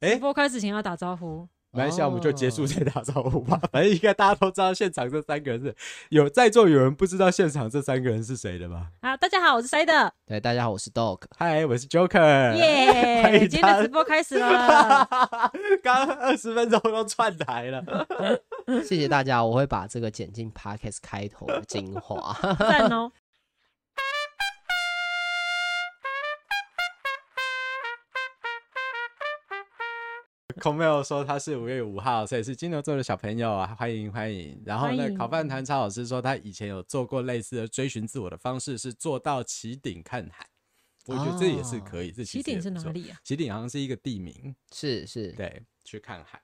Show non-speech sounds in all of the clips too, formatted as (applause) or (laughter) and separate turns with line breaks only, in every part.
哎
直播开始前要打招呼，
没关系啊，我们就结
哦
束再打招呼吧。反正应该大家都知道现场这三个人是有在座有人不知道现场这三个人是谁的吗？
好，啊大家好，我是 Side，r
对，大家好，我是 Dog。
嗨，我是
哎
Joker。
(laughs)
欢 (laughs)
耶，啊
迎
今天
他，
的直播开始了
刚刚二十分钟都串台了，
谢谢大家，我会把这个剪进 Podcast 开头的精华。 (laughs)
赞 (laughs) 哦！
孔妹有说他是五月五号，所以是金牛座的小朋友啊，欢迎欢迎。然后呢
欢，迎
烤饭团超老师说他以前有做过类似的追寻自我的方式，是坐到旗顶看海，我觉得这也是可以。这其
起
实
点
也不
哦是哪
错？
里啊？
旗顶好像是一个地名，
是是，
对，去看海。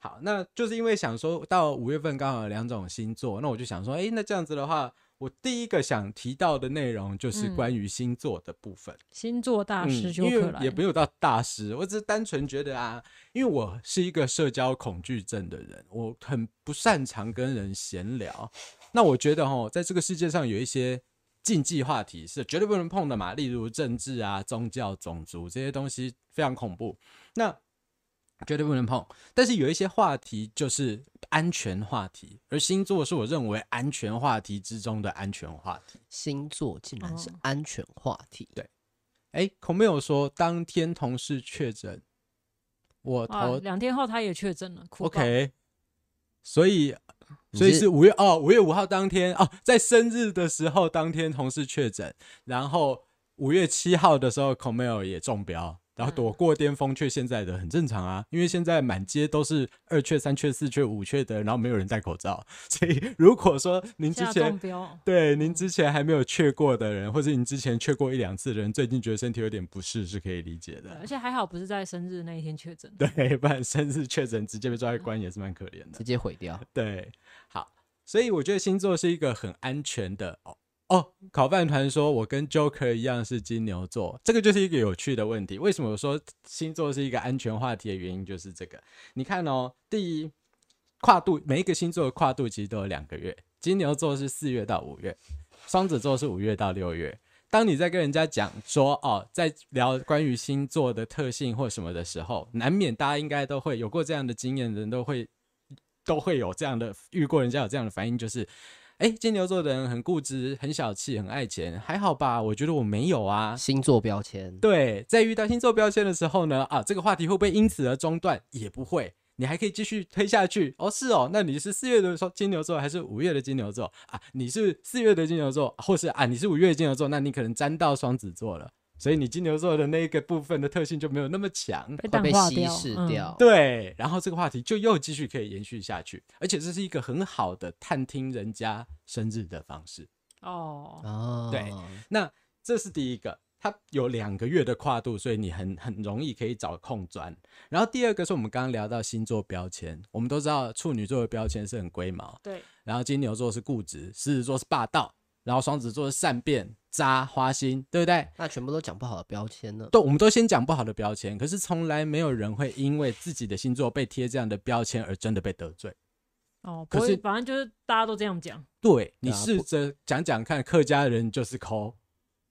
好，那就是因为想说到五月份刚好有两种星座，那我就想说，诶，那这样子的话，我第一个想提到的内容就是
嗯
关于星座的部分。
星座大师
嗯
就
因
可
为
来
也，没有到大师，我只是单纯觉得啊，因为我是一个社交恐惧症的人，我很不擅长跟人闲聊。那我觉得哦，在这个世界上有一些禁忌话题是绝对不能碰的嘛，例如政治啊、宗教、种族这些东西非常恐怖，那绝对不能碰。但是有一些话题就是安全话题，而星座是我认为安全话题之中的安全话题。
星座竟然是
哦
安全话题，
对哎，孔没有说当天同事确诊，我
哇，
头
两天后他也确诊了哭爆
OK，所以
你
所以
是
是五月哦，五月五号当天哦，在生日的时候当天同事确诊，然后五月七号的时候孔没有也中标。然
嗯
后躲过巅峰，却现在的很正常啊，因为现在满街都是二确、三确、四确、五确的，然后没有人戴口罩，所以如果说您之
下
前
中标，
对，您之前还没有确过的人，或者您之前确过一两次的人，最近觉得身体有点不适，是可以理解
对
的
而。且还好不是在生日那一天确诊，
对，不然生日确诊直接被抓去关也是蛮可怜的
直。接毁掉。
对，好，所以我觉得星座是一个很安全的哦。哦，烤饭团说，我跟 Joker 一样是金牛座，这个就是一个有趣的问题。为什么我说星座是一个安全话题的原因就是这个。你看哦，第一，跨度每一个星座的跨度其实都有两个月，金牛座是四月到五月，双子座是五月到六月。当你在跟人家讲说哦，在聊关于星座的特性或什么的时候，难免大家应该都会有过这样的经验，人都会都会有这样的遇过，人家有这样的反应，就是，哎，金牛座的人很固执、很小气、很爱钱，还好吧？我觉得我没有啊。
星座标签，
对，在遇到星座标签的时候呢，啊，这个话题会不会因此而中断？也不会，你还可以继续推下去。哦，是哦，那你是四月的说金牛座还是五月的金牛座啊？你是四月的金牛座，或是啊你是五月的金牛座，那你可能沾到双子座了，所以你金牛座的那一个部分的特性就没有那么强。
被
会
淡
被
化
稀
掉，
释
嗯
掉。
对，然后这个话题就又继续可以延续下去，而且这是一个很好的探听人家生日的方式。
哦，
哦，
对那这是第一个，它有两个月的跨度，所以你很很容易可以找空钻。然后第二个是我们刚刚聊到星座标签，我们都知道处女座的标签是很龟毛，
对，
然后金牛座是固执，狮子座是霸道，然后双子座是善变、渣、花心，对不对？
那全部都讲不好的标签呢？
都我们都先讲不好的标签，可是从来没有人会因为自己的星座被贴这样的标签而真的被得罪。
哦，
可
不
是
会，反正就是大家都这样讲，
对你
对啊
试
不
着讲讲看，客家人就是抠，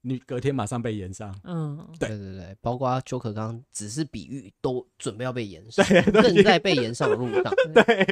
你隔天马上被延上。
(laughs) 嗯，
对
对对对，包括 Joker 刚刚只是比喻，都准备要被延上，正在被延上的路
(laughs)
上。
对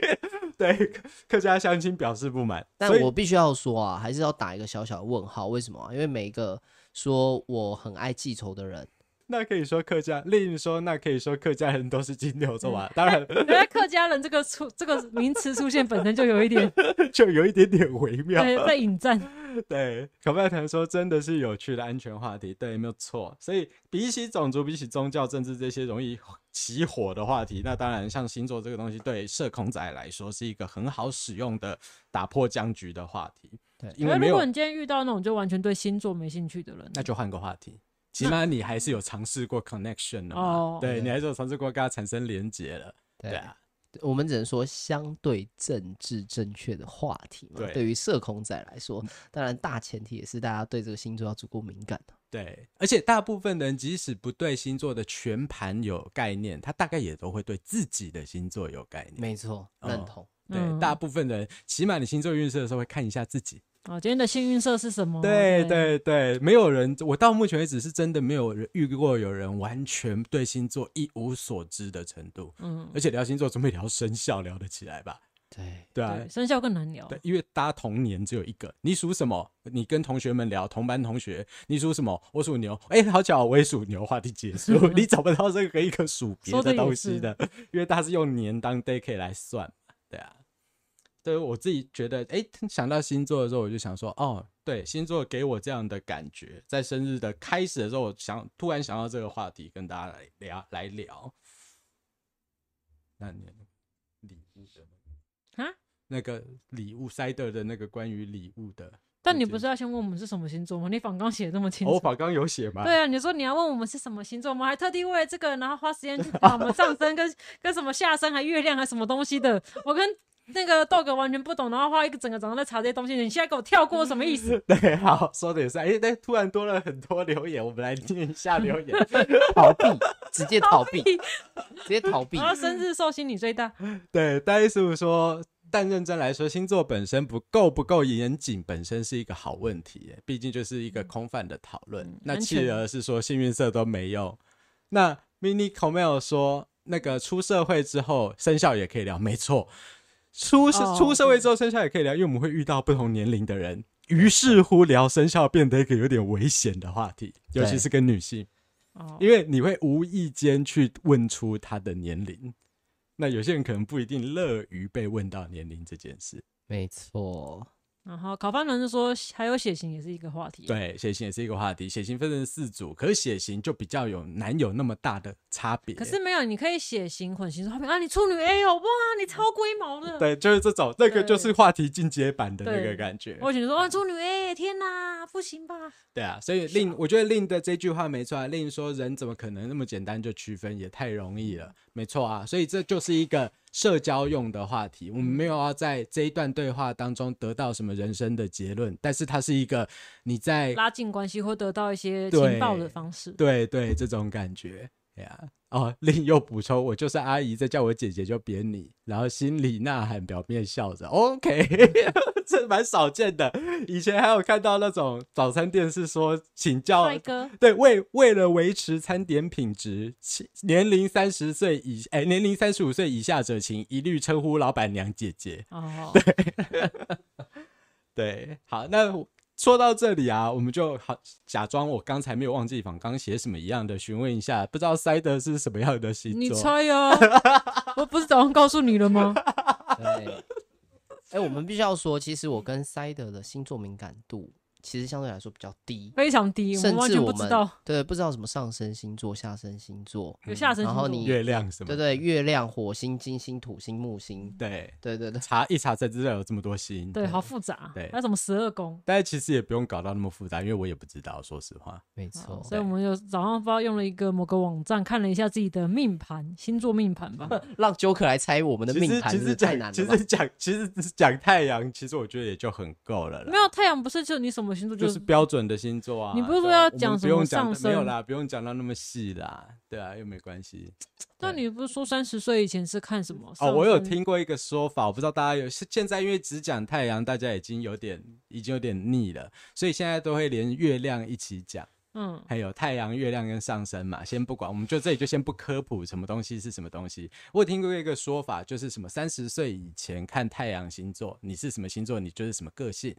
对，客客家乡亲表示不满，
但
所以
我必须要说啊，还是要打一个小小的问号。为什么啊？因为每一个说我很爱记仇的人，
那可以说客家，另说那可以说客家人都是金牛座
嗯
啊，当
(laughs)
然
原来客家人这个出这个名词出现本身就有一 (laughs) 点
就有一点点微妙。
对在引 (laughs) 战，
对，可不可以谈说真的是有趣的安全话题？对，没有错。所以比起种族、比起宗教、政治这些容易起火的话题，那当然像星座这个东西，对社恐仔来说是一个很好使用的打破僵局的话题。
对
因
可
为
是
没
哎如
有
果，你今天遇到那种就完全对星座没兴趣的人，
那就换个话题。起码你还是有尝试过 connection 了嘛？
哦
对
对
你还是有尝试过跟他产生连结了。
对
对啊，
我们只能说相对政治正确的话题嘛。
对
对于社恐仔来说，当然大前提也是大家对这个星座要足够敏感啊的。
对，而且大部分人即使不对星座的全盘有概念，他大概也都会对自己的星座有概念。
没错，
哦
认同。
对，
嗯
大部分人起码你星座运势的时候会看一下自己，
啊，今天的幸运色是什么？
对对对，没有人，我到目前为止是真的没有人遇过有人完全对星座一无所知的程度，
嗯，
而且聊星座总比聊生肖聊得起来吧？
对，
对啊
对，，生肖更难聊。
对，因为大家同年只有一个，你属什么？你跟同学们聊，同班同学，你属什么？我属牛，哎、好巧，我也属牛，话题结束，你找不到任何一个属别
说得
的
也
东西
是
的，因为大家是用年当 decade 来算嘛，对啊。对我自己觉得，哎、想到星座的时候，我就想说，哦，对，星座给我这样的感觉，在生日的开始的时候，我想突然想到这个话题，跟大家来聊来聊。那你礼物的
啊？
那个礼物塞德的那个关于礼物的，
但你不是要先问我们是什么星座吗？你仿纲写得这么清
哦我
楚。
法刚有写吗？
对啊，你说你要问我们是什么星座吗？还特地为了这个，然后花时间
(laughs)
去把我们上升跟跟什么下升，还月亮，还什么东西的。我跟那个豆哥完全不懂，然后花一个整个早上在查这些东西。你现在给我跳过什么意
(laughs)
思？
对，好，说的也是。哎、但突然多了很多留言，我们来念一下留言。
(laughs) 逃避，直接逃避，直接逃避
然。后生日寿星你最大，
嗯对，大一师傅说，但认真来说，星座本身不够不够严谨，本身是一个好问题，毕竟就是一个空泛的讨论。那
安嗯
企
全
鹅是说幸运色都没用。那 Mini Comel 说，那个出社会之后生肖也可以聊，没错。出社、
哦
出社会之后生肖也可以聊，因为我们会遇到不同年龄的人，于是乎聊生肖变得一个有点危险的话题，尤其
对
是跟女性。
哦，
因为你会无意间去问出他的年龄。那有些人可能不一定乐于被问到年龄这件事。
没错，
然后考翻人就说还有血型也是一个话题，啊
对，血型也是一个话题，血型分成四组，可是血型就比较有难有那么大的差别。
可是没有，你可以血型混型说啊，你处女 A 哦，哇，你超龟毛的。
对，就是这种，那个
对
就是话题进阶版的那个
对
感觉。
我以前说啊，处女 A，天哪，不行吧？
对啊，所以令我觉得令的这句话没错啊，令说人怎么可能那么简单就区分，也太容易了，没错啊，所以这就是一个社交用的话题，
嗯
我们没有要在这一段对话当中得到什么人生的结论，但是它是一个你在
拉近关系或得到一些
对
情报的方式。
对对这种感觉，对啊，哦，令又补充，我就是阿姨，再叫我姐姐就别你，然后心里呐喊，表面笑着，OK，这蛮少见的，以前还有看到那种早餐店是说请教
帅哥，
对，为为了维持餐点品质，其年龄三十岁以哎、年龄三十五岁以下者，请一律称呼老板娘姐姐。
哦，
对，好，那我说到这里啊，我们就好假装我刚才没有忘记仿刚写什么一样的，询问一下，不知道塞德是什么样的星
你
座？
猜呀、
(laughs)
我不是早上告诉你了吗？
对。哎、我们必须要说，其实我跟塞德的星座敏感度其实相对来说比较低，
非常低，我
甚
们完
至
全
我
不知道嗯
们对不知道什么上升星座、下升星座，
嗯
有下身
然后你
月亮什么
对
的？
对，月亮、火星、金星、土星、木星，
对，
对对对，
查一查才知道有这么多星。
对，好复杂，啊
对
还有什么十二宫，
但其实也不用搞到那么复杂，因为我也不知道，说实话。
没
哦
错，
所以我们就早上不知道用了一个某个网站看了一下自己的命盘，星座命盘
(laughs)
吧。
让 Joker 来猜我们的
其
命
实
盘
其
真
实
的太难
讲其
了吧
实？讲其实讲太阳，其实我觉得也就很够了啦
没。有太阳不是就你什么星座
就
就是
标准的星座啊。
你不是
对
说
啊
要
我
讲
们不
什
用
么
讲
上
没有
升
啦，不用讲到那么细啦，对啊，又没关系。
但你不是说三十岁以前是看什么？
哦，我有
上升
听过一个说法，我不知道大家有是现在因为只讲太阳，大家已经有点已经有点腻了，所以现在都会连月亮一起讲，
嗯，
还有太阳、月亮跟上升嘛，先不管，我们就这里就先不科普什么东西是什么东西。我有听过一个说法，就是什么三十岁以前看太阳星座，你是什么星座，你就是什么个性；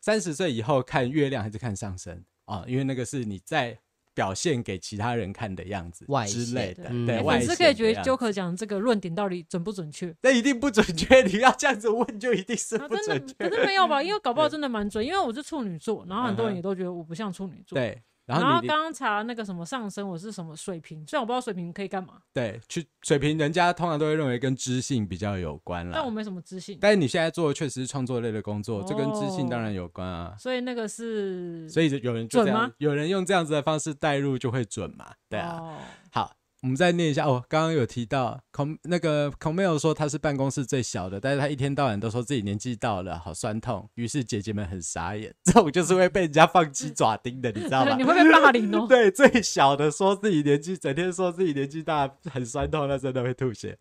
三十岁以后看月亮还是看上升啊、因为那个是你在表现给其他人看的样子
外
之类
显
的，
嗯
对，
哎
外
粉丝可以
显的
觉得
样子
Joker 讲这个论点到底准不准确？
那一定不准确， (laughs) 你要这样子问就一定是
啊，
不准
真
确。
的，
嗯
可是没有
(laughs)
吧？因为搞不好真的蛮准，因为我是处女座，然后很多人也都觉得我不像处女座。。
对，然
然
后
后
你
刚刚查那个什么上升，我是什么水瓶，虽然我不知道水瓶可以干嘛，
对去水平，人家通常都会认为跟知性比较有关啦。
但我没什么自信，
但是你现在做的确实是创作类的工作，这跟知性当
哦
然有关啊。
所以那个是
所以有人就这
准
样
吗，
有人用这样子的方式带入就会准嘛？对啊。
哦
好，我们再念一下哦。刚刚有提到孔那个孔妹有说他是办公室最小的，但是他一天到晚都说自己年纪到了，好酸痛。于是姐姐们很傻眼， (laughs) 这种就是会被人家放鸡爪钉的，你知道吗
(laughs) ？你会被霸凌哦。
(laughs) 对，最小的说自己年纪，整天说自己年纪大，很酸痛，那真的会吐血。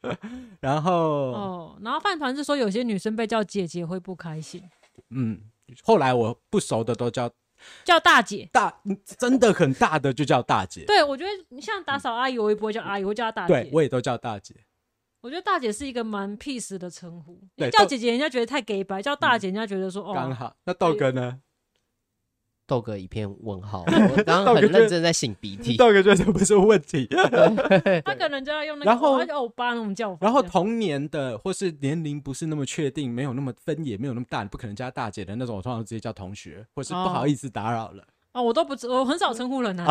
然后，
哦哦，然后饭团是说有些女生被叫姐姐会不开心，
嗯，后来我不熟的都叫
叫大姐。
大， (laughs) 真的很大的就叫大姐。
对，我觉得你像打扫阿姨，我也不会叫阿姨，我会叫她大
对
姐。
我也都叫大姐。
我觉得大姐是一个蛮 peace 的称呼，因
对
为叫
都嗯
姐姐人家觉得太 gay 白，叫大姐人家觉得说
刚
哦，
好，那豆哥呢？
豆哥一片问
(laughs)
号，我刚刚很认真在擤鼻涕。
豆哥觉得不是问题。
她可能就要用那个
然后
哦她叫欧巴那种叫法。
然后
这样
同年的或是年龄不是那么确定，没有那么分野，没有那么大，你不可能加大姐的那种，我通常直接叫同学，或是不
哦
好意思打扰了。
哦，我都不知，我很少称呼人啊。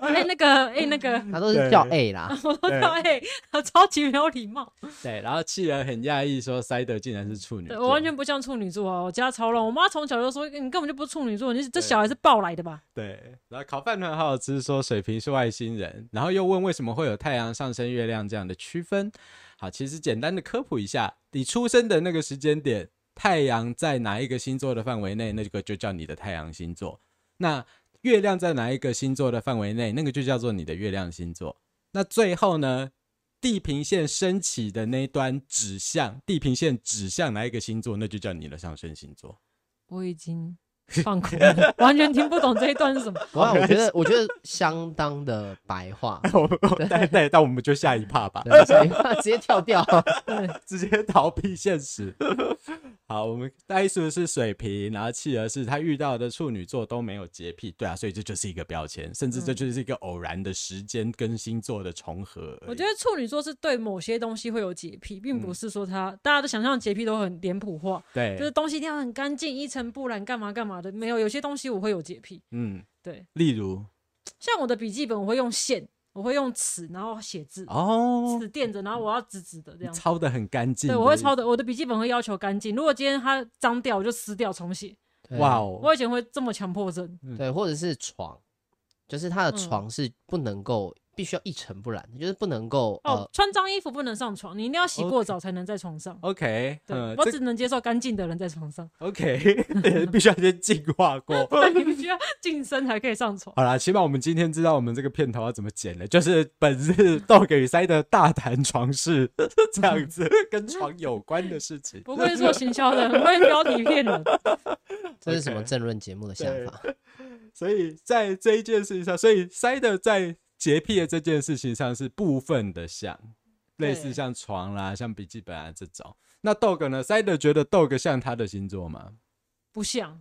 哎，那个，哎，那个，
他都是叫 A
(laughs)
啦，
我都叫哎，超级没有礼貌。
对，然后气人很讶异说塞德竟然是处女
对
座，
我完全不像处女座啊，我家超乱。我妈从小就说，你根本就不是处女座，你是这小孩是抱来的吧？
对。然后烤饭团好好吃说水瓶是外星人，然后又问为什么会有太阳上升、月亮这样的区分。好，其实简单的科普一下，你出生的那个时间点，太阳在哪一个星座的范围内，那个就叫你的太阳星座。那月亮在哪一个星座的范围内，那个就叫做你的月亮星座。那最后呢，地平线升起的那一端指向地平线指向哪一个星座，那就叫你的上升星座。
我已经 (laughs) 放空了，完全听不懂这一段是什么。
哇，我觉得我觉得相当的白
(laughs)
话，
我们对对，但我们就下一趴吧，
对所以直接跳
(laughs)
掉。
直接逃避现实。 (laughs) 好，我们呆叔是水瓶，然后企鹅是他遇到的处女座都没有洁癖，对啊，所以这就是一个标签，甚至
嗯
这就是一个偶然的时间跟星座的重合而已。
我觉得处女座是对某些东西会有洁癖，并不是说他大家都想象洁癖都很脸谱化，
对，
就是东西一定要很干净、一尘不染，干嘛干嘛的。没有，有些东西我会有洁癖。
嗯，
对，
例如
像我的笔记本，我会用线，我会用尺，然后写字，
哦，
尺垫着，然后我要直直的这样。
抄的很干净，
对，我会抄。的，我的笔记本会要求干净。如果今天它脏掉，我就撕掉重写。
对
哇，哦，
我以前会这么强迫症，哦
对，或者是床，就是他的
嗯
床是不能够必须要一尘不染，就是不能够
哦
呃，
穿脏衣服不能上床，你一定要洗过澡才能在床
(laughs)
上。
OK，
对
嗯，，
我
这
只能接受干净的人在床
(laughs)
上，
OK，必须 (laughs) 要先进化
(laughs)
过。
你必须要净身才可以上
(laughs)
床。
好啦，起码我们今天知道我们这个片头要怎么剪了，就是本日豆给塞的大谈床事 (laughs) 这样子，跟床有关的事情。
不愧是做行销的，很会标题骗人。
呃这是什么
OK
政论节目的想
对
法？
所以在这一件事情上，所以塞的在洁癖的这件事情上是部分的像，类似
对
像床啦、像笔记本啊这种。那豆哥呢？塞的觉得豆哥像他的星座吗？
不像。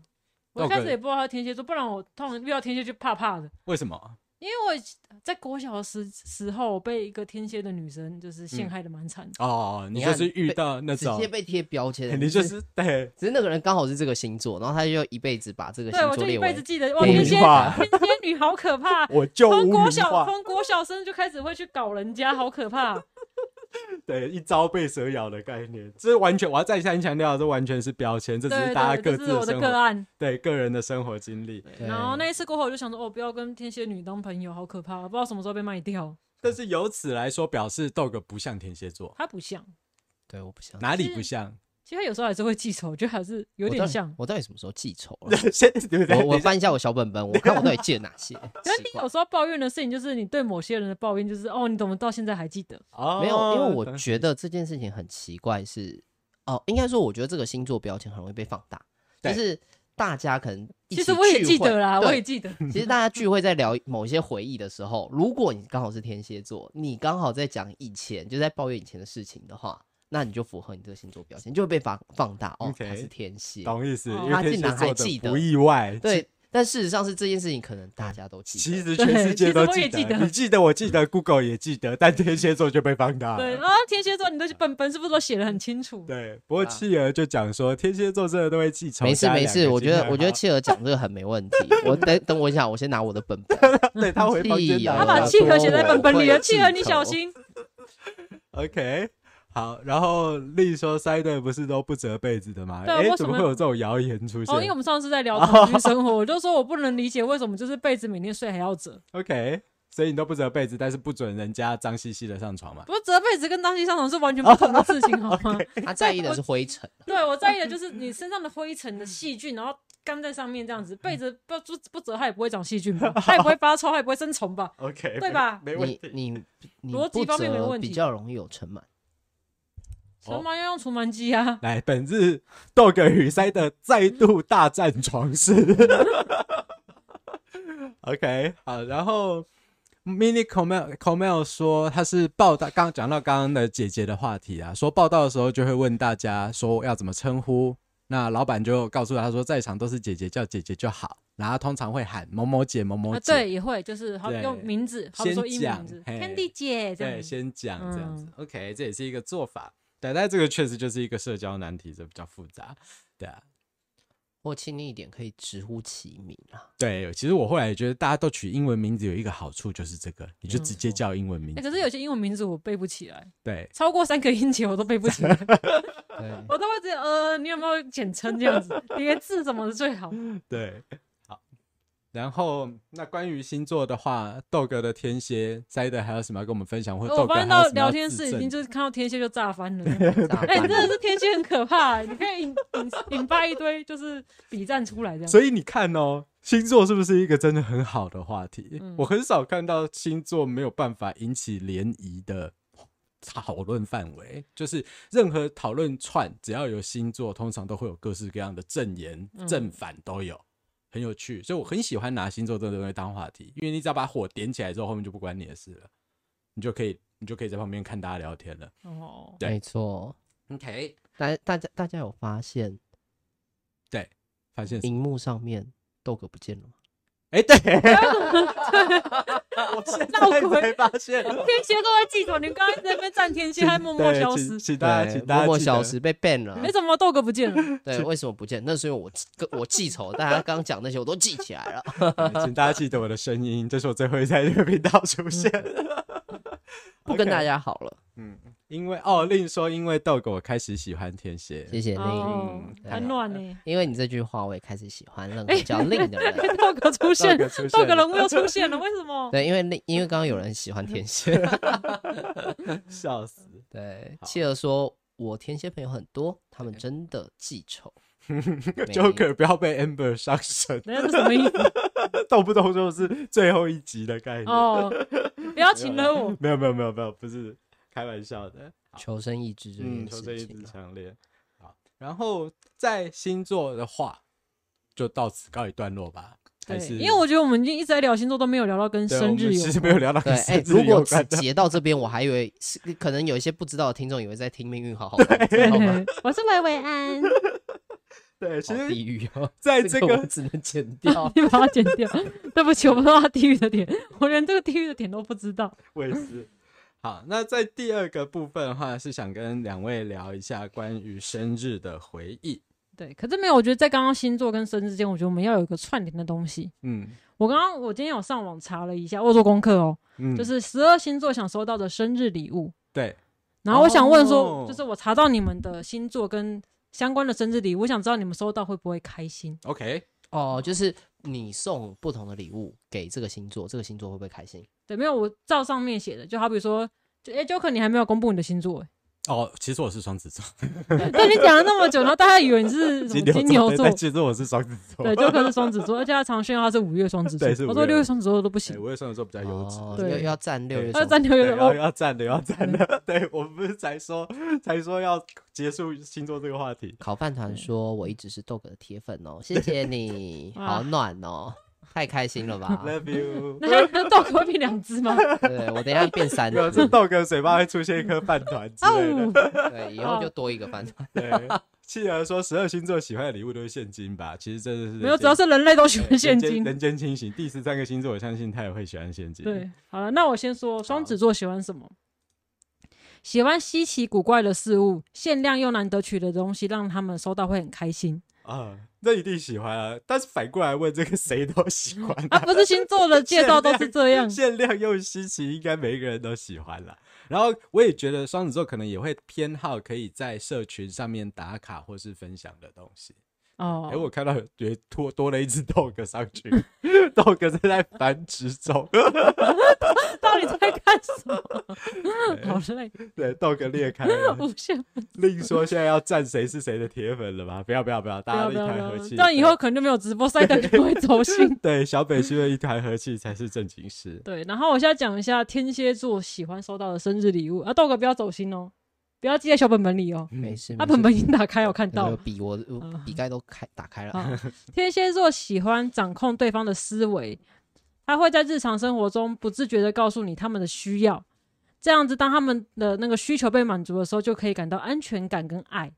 我
哦
一开始
对
也不知道他是天蝎座，不然我通常遇到天蝎就怕怕的。
为什么？
因为我以前在国小的时时候被一个天蝎的女生就是陷害的蛮惨的，
哦，你
你
就
看
是遇
被
到那
(laughs) 直
种
接，被贴标签，
哎 (laughs) 你就是对
只是那个人刚好是这个星座，然后他就一辈子把这个
对我
星
就
座
一
列
辈子
为
记得哇，
被
天蝎
污名
天
化，。
蝎女好可怕
我就
从
污
国
名
小
化，
从国小生就开始会去搞人家，好可
(laughs)
怕。
对，一招被蛇咬的概念，这完全我要再三强调，这完全是标签，这只
对
是大家各
对，这
自
是我的
生
个
活，
案。
对个人的生活经历。
对
然后那一次过后，我就想说，哦，不要跟天蝎女当朋友，好可怕，不知道什么时候被卖掉。
但是由此来说，表示豆哥不像天蝎座，
她不像，
对我不想，
哪里不像？？
其实她有时候还是会记仇，我觉得还是有
我到
点
底
像。
我到底什么时候记仇了
(laughs) 先对不对？
我我
等一下
翻一下我小本本，我看我到底记了哪
(laughs)
些。
可是
奇
你
怪
有时候抱怨的事情，就是你对某些人的抱怨，就是哦，你怎么到现在还记得？
哦
没有，因为我
嗯
懂
觉得这件事情很奇怪是，哦，应该说我觉得这个星座标签很容易被放大，
对
就是大家可能一
其
起
实我也
聚
记
会
得啦，
对
我也记
(laughs)
得。
其实大家聚会在聊某些回忆的时候，如果你刚好是天蝎座，你刚好在讲以前，就在抱怨以前的事情的话，那你就符合你这个星座标签，就会被放放大哦
OK
他是天蝎，
懂意思，
哦
因为
他
天
竟
蝎
然
座
还记
的
得
不意外，
对。但事实上是这件事情，可能大家都
其。
记
其
得。
实全世界都
对其实我也记得
你记得，我记
(laughs)
得，Google 也记得，但天蝎座就被放大了。
对，然后天蝎座你都本本是不是都写的很清楚？
对，不过
啊
企鹅就讲说，天蝎座真的都会记仇。
没事
加
没
两
事，
个
我
星
觉得
象
我觉得
好
企鹅讲这个很没问
(laughs)
题。我等等我一下，我先拿我的本本。
啊对他回房间
气哦
他
打扰
把
到
契合写在本本里了，
我会记
契合你
仇
小心。
OK，好，然后例说塞德不是都不折被子的吗？
对啊
诶
为什
怎么
么
会有这种谣言出现、
哦，因为我们上次在聊同居生活，我就说我不能理解为什么就是被子每天睡还要折，
o k 所以你都不折被子，但是不准人家脏兮兮的上床嘛？
不是折被子跟当心上床是完全不
哦
同的事情，好
(laughs)
吗？
他在意的是灰尘，
对我在意的就是你身上的灰尘的细菌，然后干在上面这样
嗯
子，被子不不不折它也不会长细菌
(laughs)
吧，它也不会发臭，它也不会生虫吧？
OK，
对吧
(laughs) 没没问
你
题。
你你
逻辑
不
方面没
折
问
比
题
较容易有尘螨。
哦
除螨要用除螨机啊。
来，本日豆哥与塞的再度大战床事。OK，好，然后 Mini Comel Comel 说他是报道，刚刚讲到刚刚的姐姐的话题啊，说报道的时候就会问大家说要怎么称呼，那老板就告诉他说在场都是姐姐，叫姐姐就好，然后通常会喊某某姐某某
啊，
姐，
对，也会就是好
对
用名字，好比
先
说英文
讲
名字
嘿
，Candy 姐这
对，
样子。嗯
先讲这样子、o k 这也是一个做法。对，但这个确实就是一个社交难题，这比较复杂。对啊，
或亲昵一点，可以直呼其名
(laughs)
啊。
对，其实我后来也觉得大家都取英文名字有一个好处，就是这个，你就直接叫英文名字。
欸可是有些英文名字我背不起来，(laughs)
对，
超过三个音节我都背不起来，
(laughs)
对，
我都会直接呃，你有没有简称这
(laughs)
样子？叠字什么的最好？
对，好。然后，那关于星座的话，豆哥的天蝎塞的还有什么要跟我们分享？或者
呃我
豆
发
哥
现
还有
到
什么要
聊天室已
自
经
证
就是看到天蝎就炸翻了。
炸
(laughs) 哎、
翻
你真的
了
是天蝎很可怕、欸你可以引引引发一堆就是比战出来这样。
所以你看哦，星座是不是一个真的很好的话题？
嗯
我很少看到星座没有办法引起涟漪的讨论范围，就是任何讨论串只要有星座，通常都会有各式各样的正言、
嗯
正反都有。很有趣，所以我很喜欢拿星座这个东西当话题，因为你只要把火点起来之后，后面就不关你的事了，你就可以，你就可以在旁边看大家聊天了。
哦，
(laughs) 对
没错。
OK，
大大家大家有发现
发现
荧幕上面豆哥不见了吗？
(laughs)
哎、对，我现在
闹鬼
才发
(laughs)
现，
天蝎都在记住，你刚刚在那边站天蝎，还默默
对
消
请
失。
请大家，
对
请大家
默默
记得
消失被 ban 了啊。
没怎么豆哥不见
(laughs)
了，
对，为什么不见？那是因为我记我记仇，大家刚讲那些我都记起
(laughs)
来了。
对呃请大家记得我的声音，这是我最后一次在这个频道出现。
嗯
(laughs)
不跟大家好了，
嗯，因为哦，另说，因为豆狗我开始喜欢天蝎，
谢谢令。
哦
嗯，
很暖呢。
因为你这句话，我也开始喜欢任何叫令的人。
欸 (laughs) 豆哥出现
豆，哥出
豆哥
现了，
人物又出现了，为什么？
对，因为令，因为刚刚有人喜欢天蝎。
笑死。
对，
好
企鹅说，我天蝎朋友很多，他们真的记仇。没
Joker 不要被 Amber 上身， (laughs)
人家是什么意 (laughs) 思？
动不动就是最后一集的概念。
哦，不要请了 (laughs) 我。
没有没有没有没有，不是开玩笑的。
求生意志这
嗯，
件
求生意
事
志
情啊，
强烈。好，然后在星座的话，就到此告一段落吧。还
对，
是
因为我觉得我们已经一直在聊星座，都没有聊到跟
对
生
我们
日有
其
关。
实没有聊到 (laughs)
对，
跟
哎、
生
如
日有
果只
关的。
截到这边，我还以为是可能有一些不知道的听众以为在听命运
(laughs)
好好玩，知道吗？
(laughs) 对，我是维维安，。
对，其
好
实
地狱哦， (laughs)
在
这
这
个
个
我只能剪掉
(laughs)
你把它剪掉。 (laughs) 对不起，我不知道他地狱的点，我连这个地狱的点都不知道。
我也是。好，那在第二个部分的话，是想跟两位聊一下关于生日的回忆。
对，可是没有，我觉得在刚刚星座跟生日之间，我觉得我们要有一个串联的东西。
嗯
我刚刚我今天有上网查了一下，我有做功课哦，
嗯，
就是十二星座想收到的生日礼物。
对，
然后我想问说，
哦
就是我查到你们的星座跟相关的生日礼物，我想知道你们收到会不会开心？
OK，
哦，就是你送不同的礼物给这个星座，这个星座会不会开心？
对，没有，我照上面写的，就好比说，就哎、j o k e r 你还没有公布你的星座、欸，
哦，其实我是双子座，
但你讲了那么久，然后大家以为你是
(laughs)
什么金牛
对
座
但，其实我是双子座。
对，Joker 是双子座，而且他常炫耀他是五月双子座
对是，
我
五
说
月
六月双子座都不行
对，，我也双子座比较优质。
哦，
对
要要占六月
他
中
是在六
对，
月
然后
哦，
要站的，要站的。对，我们不是才说才说要结束星座这个话题。？
烤饭团说：“我一直是豆哥的铁
(laughs)
粉哦，谢谢你，
哇
好暖哦，太开心了吧
(laughs)
Love you。
那 (laughs) 那豆哥会变两只吗？
对，我等一下变三
没有，这
只，
豆哥嘴巴会出现一颗饭团之类的。
哦，
对，以后就多一个饭团。
(laughs) 对，企鹅说十二星座喜欢的礼物都是现金吧？其实真的是
没有，只要是人类都喜欢现金。
人间清醒，第十三个星座，我相信他也会喜欢现金。
对，好了，那我先说双子座喜欢什么？喜欢稀奇古怪的事物，限量又难得取的东西，让他们收到会很开心。
啊，那一定喜欢啊。但是反过来问，这个谁都喜欢，
(laughs) 啊，不是星座的介绍都是这样
(laughs) 限量又稀奇，应该每一个人都喜欢啦。然后我也觉得双子座可能也会偏好可以在社群上面打卡或是分享的东西。哎、
哦，
我看到有有多多了一只 dog 上去 (laughs) ，dog 正在繁殖中，哎
到底在干什
(laughs)
么？好累，
对，dog 裂开了。
无限
另说现在要站谁是谁的铁粉了 (laughs) 吧？不要不要不要，
不
大家
要
一
不要不
团
要
和，气。
这样以后可能就没有直播赛的就会走心。
对小北是因为一团和气才是正经事。
对，然后我现在讲一下天蝎座喜欢收到的生日礼物啊，豆哥不要走心哦。不要记在小本本里哦。
没事，
他
没事
本本已经打开，我看
有
到
有
了。
笔我我
嗯
笔盖都开打开了，
好，
嗯
(laughs) 天蝎座喜欢掌控对方的思维，他会在日常生活中不自觉的告诉你他们的需要，这样子当他们的那个需求被满足的时候，就可以感到安全感跟爱。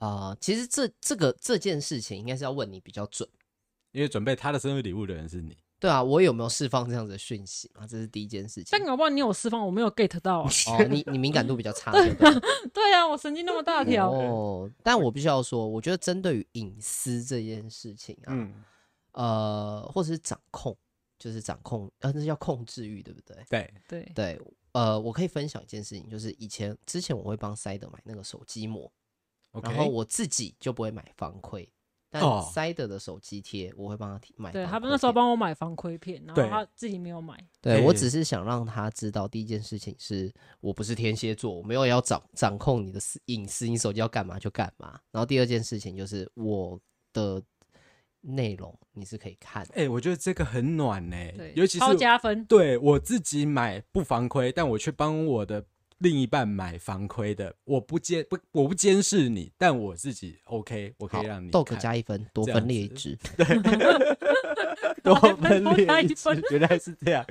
啊、其实这这个这件事情应该是要问你比较准，
(laughs) 因为准备他的生日礼物的人是你，
对啊，我有没有释放这样子的讯息嘛？这是第一件事情
但。搞不好你有释放，我没有 get 到啊。 (laughs)
哦，你你敏感度比较差，对不对
对啊，我神经那么大条，
哦，但我必须要说，我觉得针对于隐私这件事情啊，
嗯，
呃，或者是掌控，就是掌控，呃，那叫控制欲，对不对？
对，
对，
对，呃，我可以分享一件事情，就是以前之前我会帮 Side 买那个手机膜，然后
OK
我自己就不会买防窥，但
哦
Side 的手机贴我会帮他贴买。
对他们那时候，帮我买防窥片，然后
对
他自己没有买，
对我
嘿
只是想让他知道，第一件事情是我不是天蝎座，我没有要掌掌控你的私隐私，你手机要干嘛就干嘛。然后第二件事情就是我的内容你是可以看的，
哎、我觉得这个很暖呢、
对，
尤其
超
是
加分。
对我自己买不防窥，但我去帮我的另一半买防窥的，我不监不我不监视你，但我自己 OK，我可
好
以让你，
豆哥
看
加一分，多
这
分
样
裂一
子
只。
(laughs) 多
还
分
多加
裂
一
一
分
分，原来是这 (laughs) 样。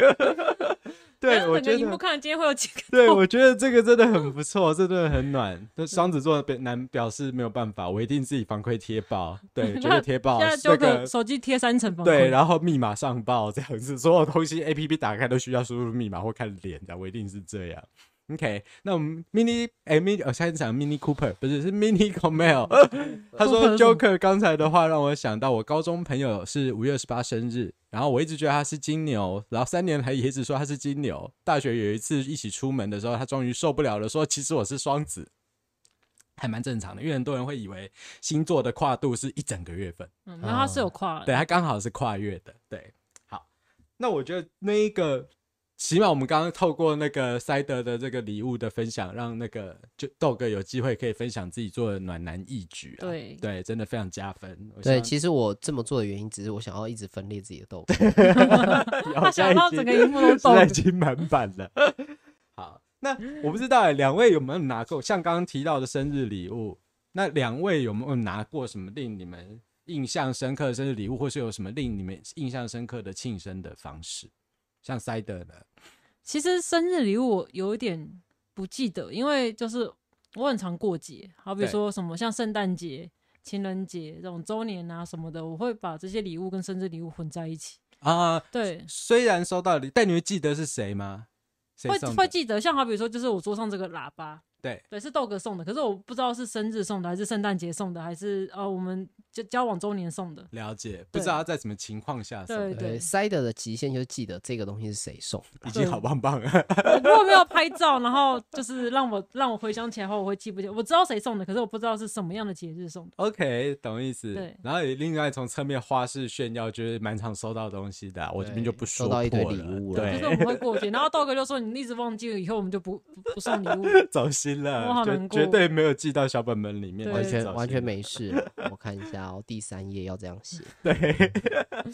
对，我
我
觉
整个荧幕
得，
看了今天会有几个 (laughs)
对
洞
我觉得这个真的很不错， (laughs) 这真的很暖。那双子座的男表示没有办法，我一定自己防窥贴爆， (laughs)
(laughs)
对，绝对贴爆
现在
那
Joker
个。
手机贴三层防窥， (laughs)
对，然后密码上报这样子，所有东西 (laughs) A P P 打开都需要输入密码或看脸的，我一定是这样。OK，那我们 Mini 哎、Mini 呃，现在讲 Mini Cooper 不是是 Mini Comel，他说
Cooper 是什么
Joker 刚才的话让我想到我高中朋友是五月二十八生日，然后我一直觉得他是金牛，然后三年来也一直说他是金牛。大学有一次一起出门的时候，他终于受不了了，说其实我是双子，还蛮正常的，因为很多人会以为星座的跨度是一整个月份。
嗯，然后他是有跨的，
对，它刚好是跨越的。对，好，那我觉得那一个，起码我们刚刚透过那个塞德的这个礼物的分享，让那个就豆哥有机会可以分享自己做的暖男义举啊。
对
对，真的非常加分。我
对，
想
其实我这么做的原因，只是我想要一直分裂自己的豆腐。
有
他想到
现
整
在已
个
经
荧幕都
(laughs) 现
动
在已。经满版了。 (laughs) 好，那我不知道、欸、两位有没有拿过像刚刚提到的生日礼物？那两位有没有拿过什么令你们印象深刻的生日礼物，或是有什么令你们印象深刻的庆生的方式？像塞德的，
其实生日礼物我有一点不记得，因为就是我很常过节，好比
对
说什么像圣诞节、情人节这种周年啊什么的，我会把这些礼物跟生日礼物混在一起。
啊、
对，
虽然收到礼，但你会记得是谁吗？谁
会
送的
会记得，像好比说就是我桌上这个喇叭，
对
对，是豆哥送的，可是我不知道是生日送的，还是圣诞节送的，还是呃我们就交往周年送的。
了解，不
对
知道在什么情况下送
对
的，
对，side 的极限就是记得这个东西是谁送的。
已经好棒棒了。
如果没有拍照，然后就是让我让我回想起来后，我会记不起来。我知道谁送的，可是我不知道是什么样的节日送的。
OK，懂意思。
对
然后也另外从侧面花式炫耀，就是蛮常收到东西的啊、我这边就不说
收到一堆
破
礼
了
物了
就是我
对，
们会过节，然后豆哥就说你一直忘记了，以后我们就不不不送礼物。
(laughs) 走心
我好
了，绝
难
绝
过
对没有记到小本本里
对
面，但
完
是走
全
心
完全
了
没事
(laughs)
了，我看一下哦，第三页要这样写。
对。
(laughs)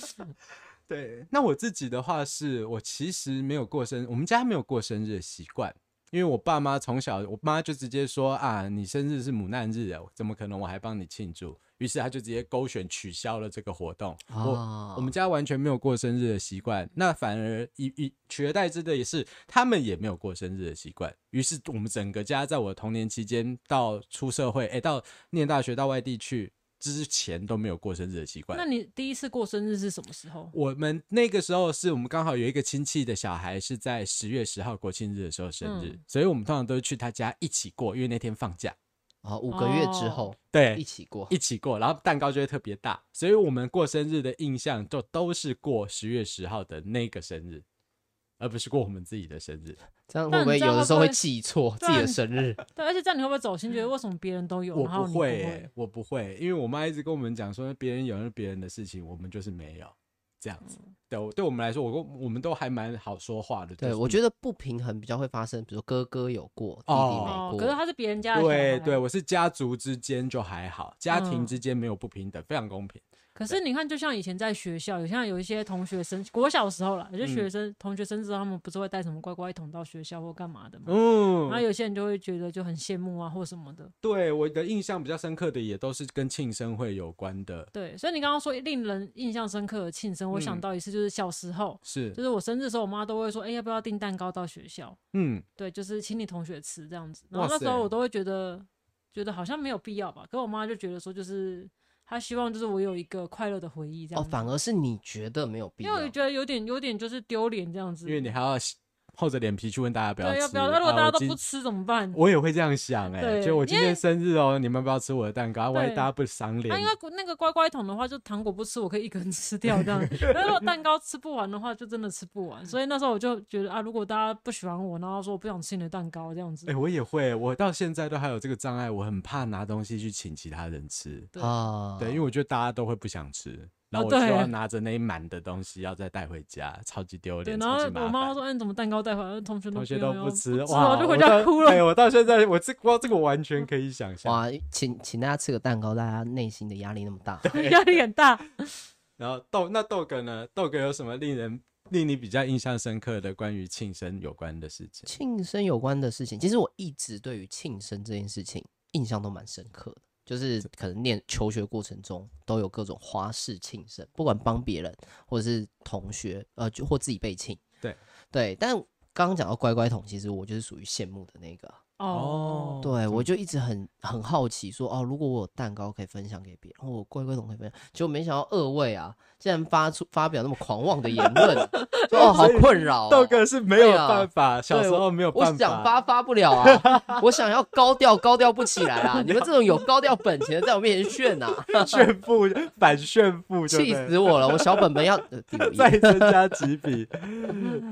对，那我自己的话是，我其实没有过生，我们家没有过生日的习惯，因为我爸妈从小，我妈就直接说啊，你生日是母难日啊，怎么可能我还帮你庆祝？于是他就直接勾选取消了这个活动。
哦
啊
我我们家完全没有过生日的习惯，那反而以以取而代之的也是他们也没有过生日的习惯。于是我们整个家在我童年期间到出社会，哎，到念大学到外地去之前都没有过生日的习惯。
那你第一次过生日是什么时候？
我们那个时候是我们刚好有一个亲戚的小孩是在十月十号国庆日的时候生日，
嗯
所以我们通常都是去他家一起过，因为那天放假，
哦，五个月之
哦
后一
对，
起过
一起过，然后蛋糕就会特别大，所以我们过生日的印象就都是过十月十号的那个生日，而不是过我们自己的生日。
这样
那
会不会
你这样
有的
会
时候
不
会
会
记
(laughs)
错自
对
己
啊
的
你
生日？
对，而且这样你会不会走心，觉得为什么别人都有，
我
然后你
会、欸
会？
我不会，因为我妈一直跟我们讲说，别人有那是别人的事情，我们就是没有这样子。对，我对我们来说，我跟我们都还蛮好说话的。
对，
就是
我觉得不平衡比较会发生，比如说哥哥有过，弟弟
哦
哦
没，
可是
过。
他是别人家的小孩
对对，，我是家族之间就还好，家庭之间没有不平等，非常公平。
可是你看，就像以前在学校，有像有一些同学生，国小的时候啦，有些
嗯
学生、同学生知道他们不是会带什么乖乖桶到学校或干嘛的嘛，然后
嗯，
有些人就会觉得就很羡慕啊或什么的。
对，我的印象比较深刻的也都是跟庆生会有关的，
对，所以你刚刚说令人印象深刻的庆生，我想
嗯
到一次就是小时候，
是
就，是我生日的时候，我妈都会说，哎、要不要订蛋糕到学校？
嗯，
对，就是请你同学吃这样子。然
哇
后那时候
塞
我都会觉得，觉得好像没有必要吧。可我妈就觉得说，就是她希望就是我有一个快乐的回忆这
哦，
样子。
反而是你觉得没有必
因
要，
为我觉得有点有点就是丢脸这样子。
哦因为你还要厚着脸皮去问大家不要吃，
对，要不要？那如果大家
啊
都
我今
不吃怎么办？
我也会这样想哎、
对
就我今
因
天
为
生日哦，你们不要吃我的蛋糕，啊万一
对
大家不赏脸
那、，应该那个乖乖桶的话，就糖果不吃，我可以一个人吃掉这样。但如果蛋糕吃不完的话，就真的吃不完。所以那时候我就觉得啊，如果大家不喜欢我，然后说我不想吃你的蛋糕这样子
哎、，我也会，我到现在都还有这个障碍，我很怕拿东西去请其他人吃，
对
啊，
对，因为我觉得大家都会不想吃，然后我
哦对
就要拿着那一满的东西要再带回家，超级丢
对。
脸，
然后
超级
我
麻
妈
烦。
说：“哎、你怎么蛋糕带回来？同学都
同学
要
都
不
吃，
然
哇！
后就
我
回家
到
哭了。
对我到现在，我这光这个我完全可以想象。
哇，请请大家吃个蛋糕，大家内心的压力那么大，
压力很大。
然后豆那豆哥呢？豆哥有什么令人令你比较印象深刻的关于庆生有关的事情？
庆生有关的事情，其实我一直对于庆生这件事情印象都蛮深刻的，就是可能念求学过程中都有各种花式庆生，不管帮别人或者是同学，呃，就或自己被庆。
对
对，但刚刚讲到乖乖桶，其实我就是属于羡慕的那个，啊
哦，
对我就一直很很好奇说，哦，如果我有蛋糕可以分享给别人，我乖乖桶可以分享，结果没想到二位啊，竟然发出发表那么狂妄的言论，说哦，好困
(laughs)
扰、哦，
豆哥是没有
对啊
办法，小时候没有
我
办法。
想发发不了啊，我想要高调高调不起来啊！你们这种有高调本钱的在我面前
(laughs)
炫啊，
炫
(laughs)
富反炫富就
气
对了，
死我了！我小本本要呃
(laughs)
第五页
再增加几笔。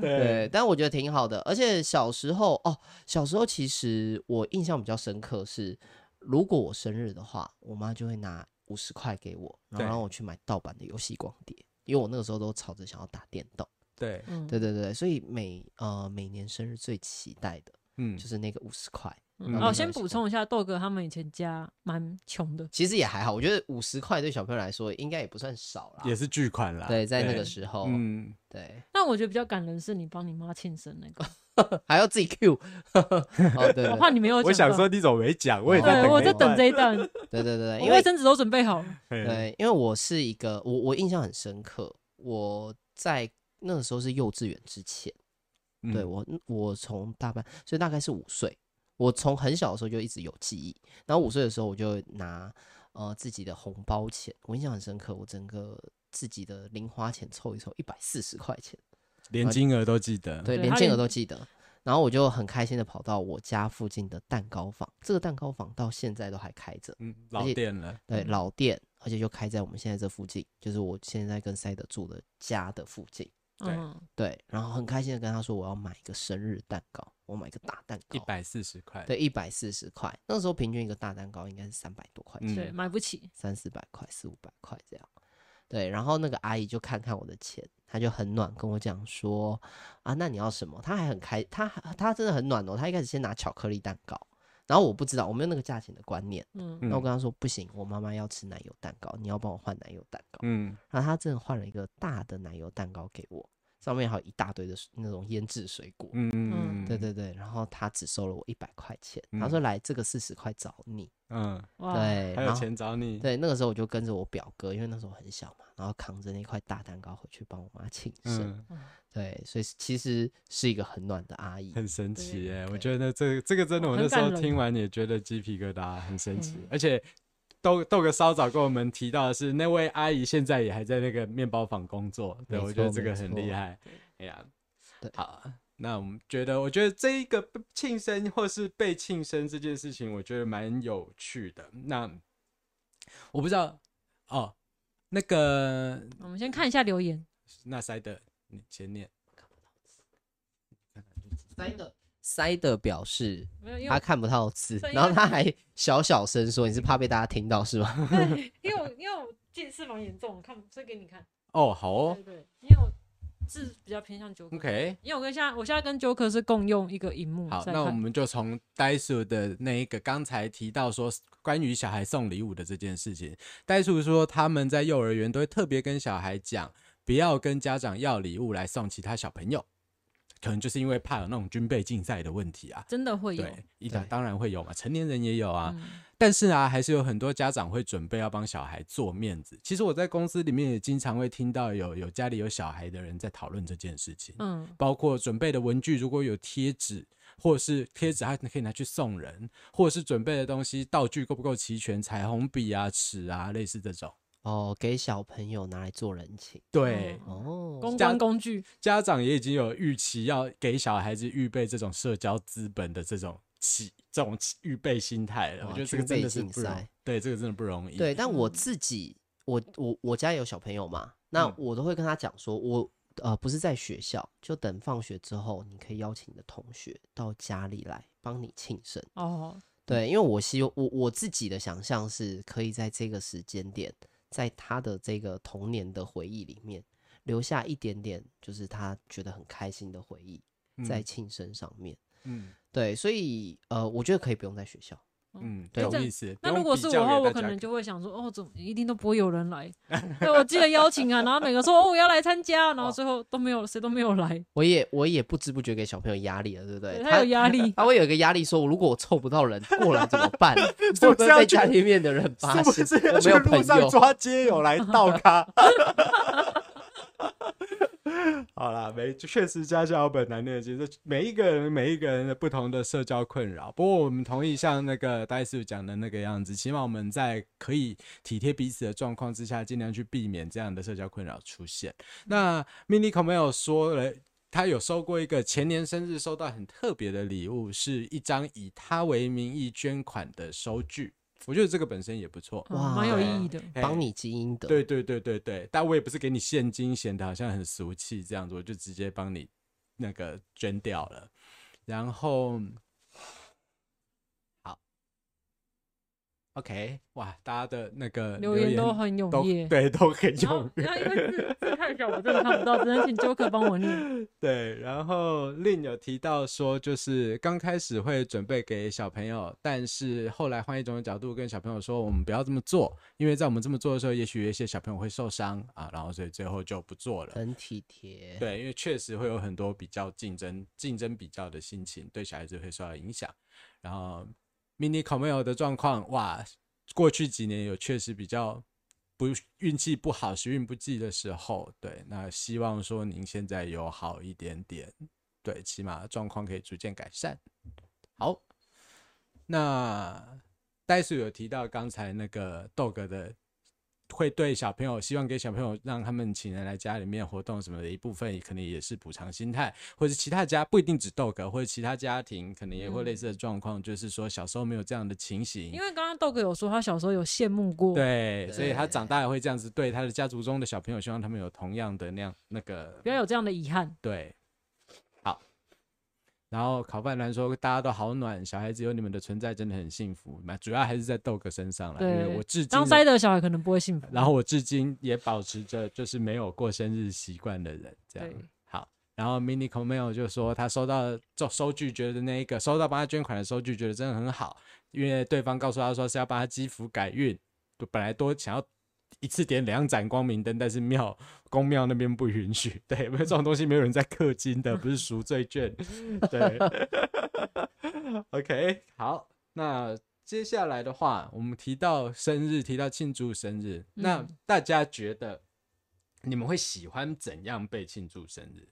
对，
对，但我觉得挺好的。而且小时候哦，小时候其实我印象比较深刻是，如果我生日的话，我妈就会拿五十块给我，然后
对
让我去买盗版的游戏光碟，因为我那个时候都吵着想要打电动。
对，
嗯
对对对，所以每呃每年生日最期待的
嗯
就，是那个五十块。
嗯
嗯
哦，先补充一下，豆哥他们以前家蛮穷的，
其实也还好，我觉得五十块对小朋友来说应该也不算少啦。
也是巨款啦。
对，在那个时候，
嗯，
对，
但我觉得比较感人是你帮你妈庆生那个，
(laughs)
还要自己 Q。哦，对
我怕你没有讲到。
我想说你怎么没讲，我也在
对，
等。
我在
这一
等这一
(laughs)
段，
对对对对，
我
因
卫
为
生纸都准备好了。
嘿，
对，因为我是一个，我我印象很深刻，我在那个时候是幼稚园之前，
嗯
对我我从大班，所以大概是五岁，我从很小的时候就一直有记忆，然后五岁的时候我就拿呃自己的红包钱，我印象很深刻，我整个自己的零花钱凑一凑一百四十块钱。
连金额都记得。
对，
对
连
他
金额
连
都记得。然后我就很开心的跑到我家附近的蛋糕坊，这个蛋糕坊到现在都还开着，
嗯，老店了。
对，
嗯
老店，而且就开在我们现在这附近，就是我现在跟塞德住的家的附近。
对
嗯，
对，然后很开心的跟他说我要买一个生日蛋糕，我买一个大蛋糕，
一百四十块，
对，一百四十块，那时候平均一个大蛋糕应该是三百多块钱，
嗯
对，买不起。
三四百块、四五百块这样。对，然后那个阿姨就看看我的钱，她就很暖跟我讲说啊，那你要什么？她还很开，她她真的很暖哦。她一开始先拿巧克力蛋糕，然后我不知道，我没有那个价钱的观念，
嗯，
嗯
那我跟她说不行，我妈妈要吃奶油蛋糕，你要帮我换奶油蛋糕。
嗯，
然后她真的换了一个大的奶油蛋糕给我，上面还有一大堆的那种腌制水果。
嗯嗯，
对，对对，然后她只收了我一百块钱，
嗯
她说来这个四十块找你。
嗯，
哇，
对，
还
然
有
后
钱找你。
对，那个时候我就跟着我表哥，因为那时候很小嘛，然后扛着那块大蛋糕回去帮我妈庆生。
嗯，
对，所以是其实是一个很暖的阿姨。
很神奇耶！
对哦
我觉得这这个真的，我
很
那时候
感人
听完也觉得鸡皮疙瘩，很神奇
嗯。
而且豆豆哥稍早跟我们提到的是，那位阿姨现在也还在那个面包坊工作，对
没
我觉得
错
这个
没
很
错
厉害。哎呀
对，
好，那我们觉得，我觉得这一个被庆生或是被庆生这件事情，我觉得蛮有趣的。那我不知道哦，那个
我们先看一下留言。
那塞德，你先念。
塞的塞的表示
没有，因
他
为
看不到字
对，因
然后
为
他还小小声说：“你是怕被大家听到是吗 (laughs)
因为我因为我近视蛮严重，我看不，所以给你看。
哦，好哦
对，对，因为我是比较偏向 Joker，
OK，
因为我跟现在我现在跟 Joker 是共用一个荧幕
好，
在
那我
看。
们就从袋鼠的那一个刚才提到说关于小孩送礼物的这件事情，袋鼠说他们在幼儿园都会特别跟小孩讲，不要跟家长要礼物来送其他小朋友，可能就是因为怕有那种军备竞赛的问题啊。
真的会有，
对，一
对
当然会有嘛，成年人也有啊。
嗯
但是啊，还是有很多家长会准备要帮小孩做面子。其实我在公司里面也经常会听到有有家里有小孩的人在讨论这件事情。
嗯，
包括准备的文具，如果有贴纸，或是贴纸，它可以拿去送人，或者是准备的东西道具够不够齐全，彩虹笔啊、尺啊，类似这种。
哦，给小朋友拿来做人情
对，
嗯
哦，
公
家
关工具，
家长也已经有预期要给小孩子预备这种社交资本的这种期这种预备心态了。
哇
我觉得这个真的是
军备
不
竞
容
赛
对，这个真的不容易。
对，但我
嗯
自己，我我我家有小朋友嘛，那
嗯
我都会跟他讲说，我呃不是在学校，就等放学之后，你可以邀请你的同学到家里来帮你庆生。
哦，
对，因为我希望我我自己的想象是可以在这个时间点，在他的这个童年的回忆里面留下一点点，就是他觉得很开心的回忆在庆生上面。
嗯
对，所以呃，我觉得可以不用在学校。
嗯，
对
懂
这样
意思。
那如
不用
果
比
是我
较
的话，
给
我
大
可
家
能就会想说，哦，怎么一定都不会有人
(laughs)
来？对，我记得邀请啊，然后每个说，哦，我要来参加，然后最后都没有，谁都没有来，
我也我也不知不觉给小朋友压力了，对不对？。
对他有压力
他会有一个压力说，如果我凑不到人过来怎么办？
是
会
不是
不会
要
被
去
家里面的人发
是不
现
是
我
要
没
去
有
路
朋
上
友？
抓街友来倒咖？ (laughs) 好啦，没确实家家有本难念的经，这每一个人每一个人的不同的社交困扰。不过我们同意像那个戴叔讲的那个样子，起码我们在可以体贴彼此的状况之下，尽量去避免这样的社交困扰出现。那 Mini c o m e l 说了。他有收过一个前年生日收到很特别的礼物，是一张以他为名义捐款的收据。我觉得这个本身也不错，
嗯
哇
蛮有意义的。
嘿
帮你积阴
哎
德，
对对对对对，但我也不是给你现金，显得好像很俗气这样子，我就直接帮你那个捐掉了。然后，好，OK，哇，大家的那个
留言都很踊
都
跃，
对，都很
然后
踊跃。
然后因为
(laughs)
字字太小，我真的看不到，只能请 Joker 帮我念。
对，然后另有提到说，就是刚开始会准备给小朋友，但是后来换一种角度跟小朋友说，我们不要这么做，因为在我们这么做的时候，也许有一些小朋友会受伤啊，然后所以最后就不做了。
很体贴。
对，因为确实会有很多比较竞争、竞争比较的心情，对小孩子会受到影响。然后 mini comel 的状况，哇，过去几年有确实比较不运气不好、时运不济的时候。对，那希望说您现在有好一点点，对，起码状况可以逐渐改善。好，那袋鼠有提到刚才那个豆哥的，会对小朋友希望给小朋友让他们请人来家里面活动什么的一部分，也可能也是补偿心态，或者其他家不一定指豆哥，或者其他家庭可能也会类似的状况，就是说小时候没有这样的情形，
嗯因为刚刚豆哥有说他小时候有羡慕过，
对，所以他长大也会这样子对他的家族中的小朋友，希望他们有同样的那样那个
不要有这样的遗憾。
对，好。然后烤饭男说：“大家都好暖，小孩子有你们的存在真的很幸福。那主要还是在豆哥身上了，因为
对
我至今
当
也
塞的小孩可能不会幸福。
然后我至今也保持着就是没有过生日习惯的人，这样
对
好。然后 Mini c o m e l 就说他收到收收据，觉得那一个收到帮他捐款的收据，觉得真的很好，因为对方告诉他说是要帮他积福改运，就本来多想要一次点两盏光明灯，但是庙公庙那边不允许， (laughs) 对，因为这种东西没有人在氪金
(laughs)
的，不是赎罪券，
嗯
对。OK，好，那接下来的话，我们提到生日，提到庆祝生日，那
嗯
大家觉得你们会喜欢怎样被庆祝生日？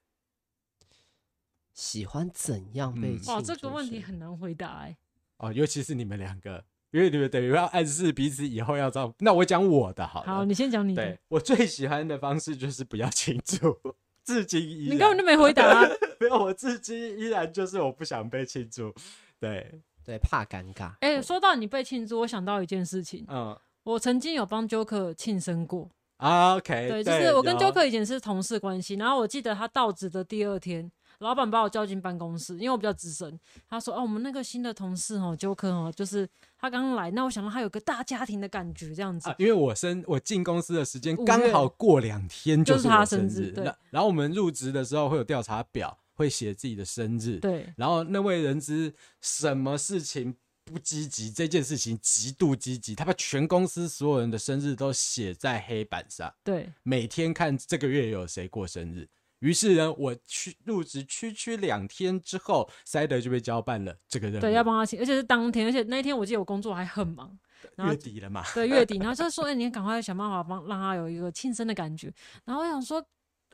喜欢怎样被
嗯
庆
哇，
祝
这个问题
生
很难回答哎、
哦，尤其是你们两个，因为你们等于要暗示彼此以后要照。那我讲我的好了，
好，你先讲你的
对。我最喜欢的方式就是不要庆祝， (laughs) 至今依然
你根本就没回答、
(laughs)
啊，
没有，我至今依然就是我不想被庆祝。对，
对怕尴
(coughs)
尬。
哎、说到你被庆祝，我想到一件事情，
嗯
我曾经有帮 Joker 庆生过。
啊，OK，
对，就是我跟
有
Joker 以前是同事关系，然后我记得他到职的第二天，老板把我叫进办公室，因为我比较资深。他说：“哦，我们那个新的同事哦，纠克哦，就是他刚来，那我想让他有个大家庭的感觉，这样子。
啊，因为我生我进公司的时间
五月
刚好过两天
就是
是
他
我
生
生
日对
那然后我们入职的时候会有调查表，会写自己的生日。
对，
然后那位人资什么事情不积极，这件事情极度积极，他把全公司所有人的生日都写在黑板上，
对，
每天看这个月有谁过生日。于是呢，我去入职区区两天之后，塞德就被交办了这个任务。
对，要帮他请，而且是当天，而且那一天我记得我工作还很忙，然后
月底了嘛， (laughs)
对月底，然后就说：“哎、你赶快想办法帮让他有一个庆生的感觉。”然后我想说，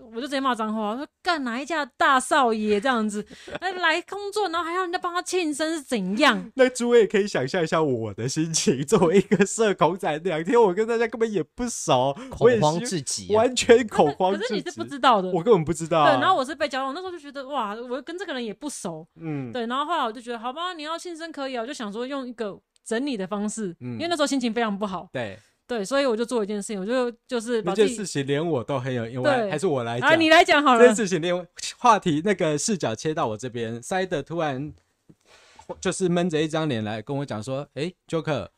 我就直接骂脏话，我说：“干哪一家大少爷这样子，哎来工作，然后还要人家帮他庆生是怎样？
那诸位可以想象一下我的心情。作为一个社恐仔，两天我跟大家根本也
(laughs)
不熟，我也
恐慌
是
至极、啊。
完全恐慌
可是
至
你是不
极。
知道的。”
我根本不知道、
对，然后我是被交往，那时候就觉得哇，我跟这个人也不熟，
嗯，
对，然后后来我就觉得好吧，你要庆生可以啊，我就想说用一个整理的方式，
嗯
因为那时候心情非常不好，
对，
对，所以我就做一件事情，我就就是把
那
自
件
己
事情连我都很有意
对
外，还是我来
啊，
讲。
你来讲好
这
了
件，事情连我话题那个视角切到我这边，塞德突然就是闷着一张脸来跟我讲说：“哎、j o k e r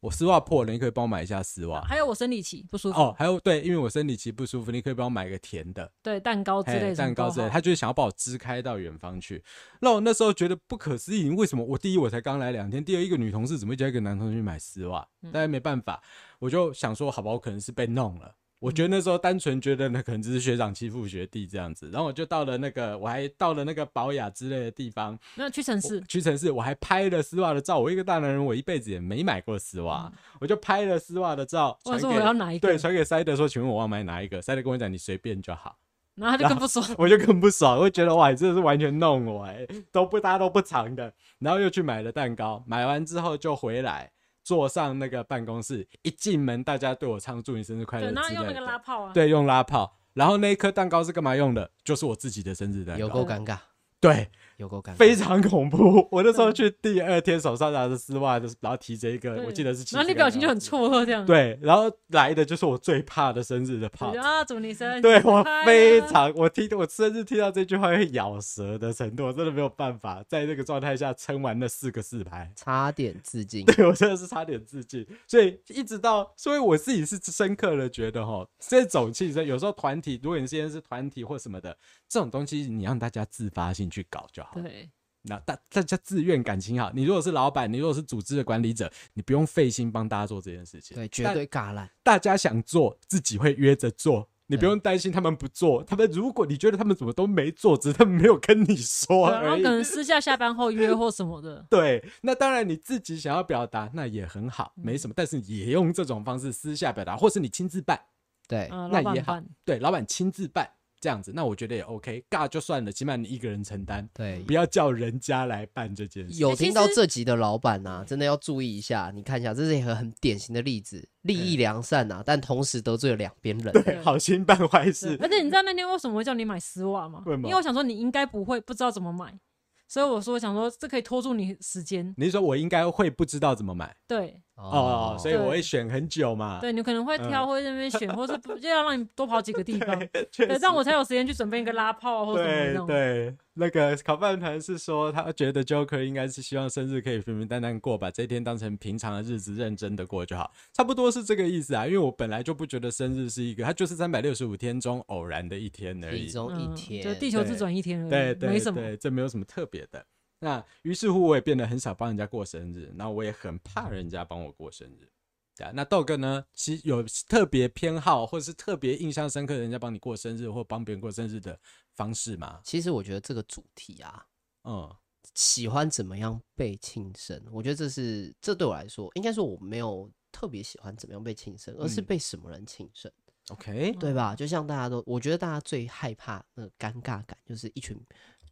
我丝袜破了，你可以帮我买一下丝袜。
还有我生理期不”舒服，
哦，还有对，因为我生理期不舒服，你可以帮我买个甜的，
对，蛋糕之
哎，
类的，
蛋糕之类的，
的，
他就是想要把我支开到远方去。那我那时候觉得不可思议，为什么我第一我才刚来两天，第二一个女同事怎么会叫一个男同事去买丝袜？
嗯
但是没办法，我就想说，好吧，我可能是被弄了。我
嗯
觉得那时候单纯觉得那可能只是学长欺负学弟这样子，然后我就到了那个，我还到了那个保雅之类的地方，
那屈臣氏，
屈臣氏，我还拍了丝袜的照。我一个大男人，我一辈子也没买过丝袜，我就拍了丝袜的照，
我
传
说
给
嗯我要哪一个
对，，传给塞德说，请问我要买哪一个？塞德跟我讲，你随便就好。
然后他就更不
(laughs)
爽，
我就更不爽，我就觉得哇，你真的是完全弄我哎、都不搭都不藏的。然后又去买了蛋糕，买完之后就回来，坐上那个办公室，一进门大家对我唱祝你生日快乐
对，然后
之
用那
类
个
的，
拉炮啊，
对，用拉炮。然后那一颗蛋糕是干嘛用的？就是我自己的生日蛋
有
糕
够，尴尬，
对，
有够尴尬。
非常恐怖。我那时候去第二天手上拿着丝袜，就是然后提着一个，
对，
我记得是骑着
然
一个，
后你表情就很错愕这样，
对，然后来的就是我最怕的生日的
我
炮
就，啊，祝你生日
(laughs) 对我
快乐
非常，我听我甚至听到这句话会咬舌的程度，我真的没有办法在这个状态下撑完那四个四拍。 (laughs)
差点自尽。
对我真的是差点自尽，所以一直到，所以我自己是深刻的觉得哈，这种庆生有时候团体，如果你现在是团体或什么的，这种东西你让大家自发性去搞就好。
对，
那大大家自愿感情好，你如果是老板，你如果是组织的管理者，你不用费心帮大家做这件事情。 (laughs)
对，绝
但
对尬烂。
大家想做，自己会约着做，你不
对
嗯
用担心他们不做。他们如果你觉得他们怎么都没做，只是他们没有跟你说
对然后
而
可
已。，
能私下下班后约或什么的
(laughs) 对，那当然你自己想要表达，那也很好，
嗯
没什么。但是也用这种方式私下表达，或是你亲自办，
对，
嗯，
哎那
老板
也好
办。
对，老板亲自办这样子，那我觉得也 OK，尬就算了，起码你一个人承担，
对
不，要叫人家来办这件事。
有
欸其
听到
实
这集的老板
嗯
呐、真的要注意一下。你看一下，这是一个很典型的例子，利益良善呐、但同时得罪了两边人。
嗯对，好心办坏事
对，而且你知道那天为什么会叫你买丝袜吗？
为什么
因为我想说你应该不会不知道怎么买，所以我说我想说这可以拖住你时间。
你是说我应该会不知道怎么买
对
哦，所以
对
我会选很久嘛。
对，你可能会
嗯
挑，或者在那边选，或
(laughs)
者不就要让你多跑几个地方，
确
对，
实
这样我才有时间去准备一个拉炮啊或者什么的
对
那种。
对，那个烤饭团是说，他觉得 Joker 应该是希望生日可以平平淡淡过，把这一天当成平常的日子，认真的过就好，差不多是这个意思啊。因为我本来就不觉得生日是一个，它就是三百六十五天中偶然的一天而
哦其
已。
中一
嗯
天，
就地球自
对
转一天而已，
对对
嗯没什么。
对，这没有什么特别的。那于是乎，我也变得很少帮人家过生日，那我也很怕人家帮我过生日。对啊，那豆哥呢？其实有特别偏好，或是特别印象深刻，人家帮你过生日或帮别人过生日的方式吗？
其实我觉得这个主题啊，
嗯，
喜欢怎么样被庆生，我觉得这是这对我来说，应该说我没有特别喜欢怎么样被庆生，而是
嗯
被什么人庆生，
OK，
对吧？就像大家都，我觉得大家最害怕那个尴尬感，就是一群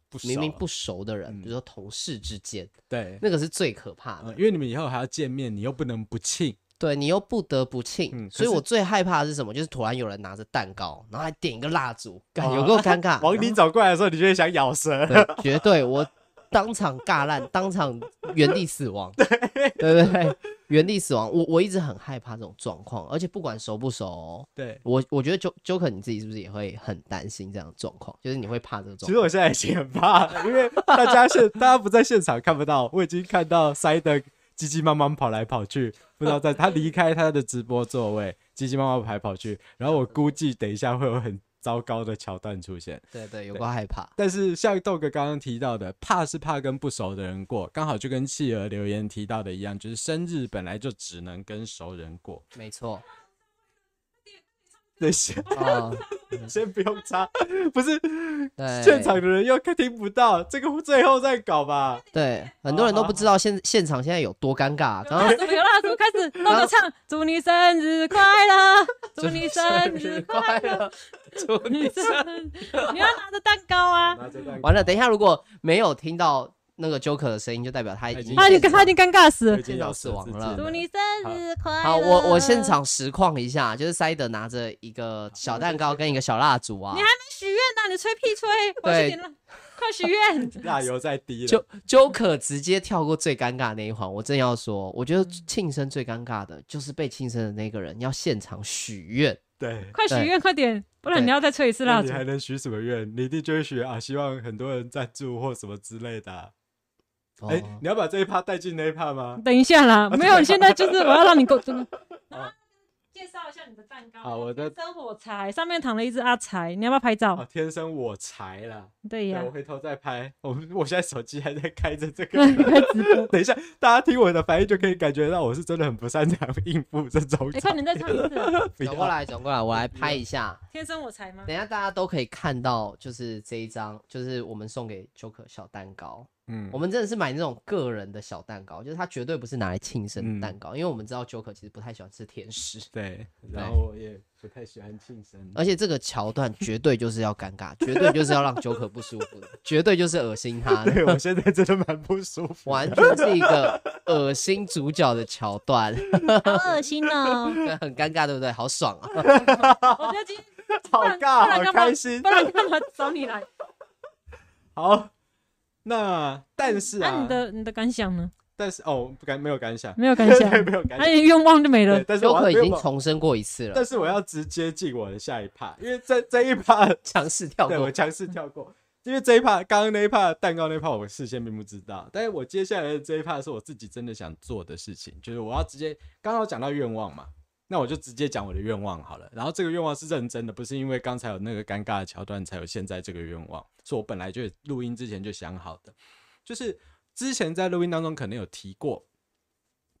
不熟
明明不熟的人，
嗯
比如说同事之间，
对、
那个是最可怕的
呃，。因为你们以后还要见面，你又不能不庆，
对你又不得不庆，
嗯可
所以我
是
最害怕的是什么？就是突然有人拿着蛋糕，然后还点一个蜡烛，感
哦
有够尴
(laughs)
尬。
往你走过来的时候，你就会想咬舌。
对，绝对我当场尬烂，当场原地死亡。对对对，原地死亡，我我一直很害怕这种状况，而且不管熟不熟哦、
对，
我我觉得 Jo Joker 你自己是不是也会很担心这样的状况？就是你会怕这种
其实我现在已经很 (laughs) 怕了，因为大家现 (laughs) 大家不在现场看不到，我已经看到塞德急急忙忙跑来跑去，不知道在他离开他的直播座位，急急忙忙跑来跑去，然后我估计等一下会有很糟糕的桥段出现。
对对，有
对
够害怕。
但是像豆哥刚刚提到的，怕是怕跟不熟的人过，刚好就跟企鹅留言提到的一样，就是生日本来就只能跟熟人过。
没 (laughs) 错，
那些
啊、
(laughs) 先不用插，不是
(laughs)
对，
现场的人又听不到，这个最后再搞吧。
对很多人都不知道现现场现在有多尴尬、刚
蜡
刚
烛，啊有蜡烛，开始，那个唱，祝你生日快
(laughs)
乐，祝你生日快乐，
乐，祝
祝
(laughs)
你生日，你要拿着蛋糕啊！
拿着蛋糕
完了，等一下如果没没有听到那个 Joker 的声音，就代表他已经
他已经
现
啊他已经尴尬死了
已。经
见到
有
死
四
亡
字
了
(laughs)
字
祝你生日快乐！
好，我我现场实况一下，就是塞德拿着一个小蛋糕跟一个小蜡烛啊
你还没许愿呢，你吹屁吹！我去
对
你了，快许愿！
(laughs)
辣油在滴了，
就 Joker 直接跳过最尴尬的那一环。我正要说，我觉得
嗯
庆生最尴尬的就是被庆生的那个人要现场许愿，
对。
快许愿，快点，不然你要再吹一次
那
蜡
你
烛。
还能许什么愿？你一定就会许啊，希望很多人赞助或什么之类的啊。
哦
哎、你要把这一趴带进那一趴吗？
等一下
(laughs)
啦，没
啊
有，现在就是我要让你够。介绍一下你的蛋糕啊
好我的
生火柴上面躺了一只阿柴，你要不要拍
啊，
照？
天生我才啦。
对呀
对，我，回头再拍。我们我现在手机还在开着这个。 (laughs)
开直播。
等一下，大家听我的反应就可以感觉到我是真的很不擅长应付这种
(laughs) 哎，
场
快点再唱一次！
不
转过
要
来，转过来，我来拍一下。
天生我材吗？
等一下大家都可以看到，就是这一张，就是我们送给 Joker 小蛋糕。
嗯
我们真的是买那种个人的小蛋糕，就是它绝对不是拿来庆生
嗯
的蛋糕，因为我们知道 Joker 其实不太喜欢吃甜食，
对，然
对
后我也不太喜欢庆生。
而且这个桥段绝对就是要尴尬，绝对就是要让 Joker 不舒
(laughs)
服的，绝对就是恶心他的，
(laughs) 对我现在真的蛮不舒服。
完全是一个恶心主角的桥段， (laughs)
好恶心哦！
很尴尬，对不对？好爽啊！
我觉得今天
好
不然不然
尬，好
干嘛
开心
不。然干嘛找你
(laughs)
来？
好，那但是
那
啊
你，的你的感想呢？
但是哦，不敢没有感想，
没有感想，
对 (laughs) ，没有感
那
想。
你愿望就没了
对，。但是我
Joker
要
已经
没有
重生过一次了
但，是我要直接进我的下一趴，因为这这一趴
强势跳
对
过
我。强势跳过，因为这一趴刚刚那一趴蛋糕那一趴我事先并不知道，但是我接下来的这一趴是我自己真的想做的事情，就是我要直接刚刚有讲到愿望嘛，那我就直接讲我的愿望好了。然后这个愿望是认真的，不是因为刚才有那个尴尬的桥段才有现在这个愿望，是我本来就录音之前就想好的，就是之前在录音当中可能有提过，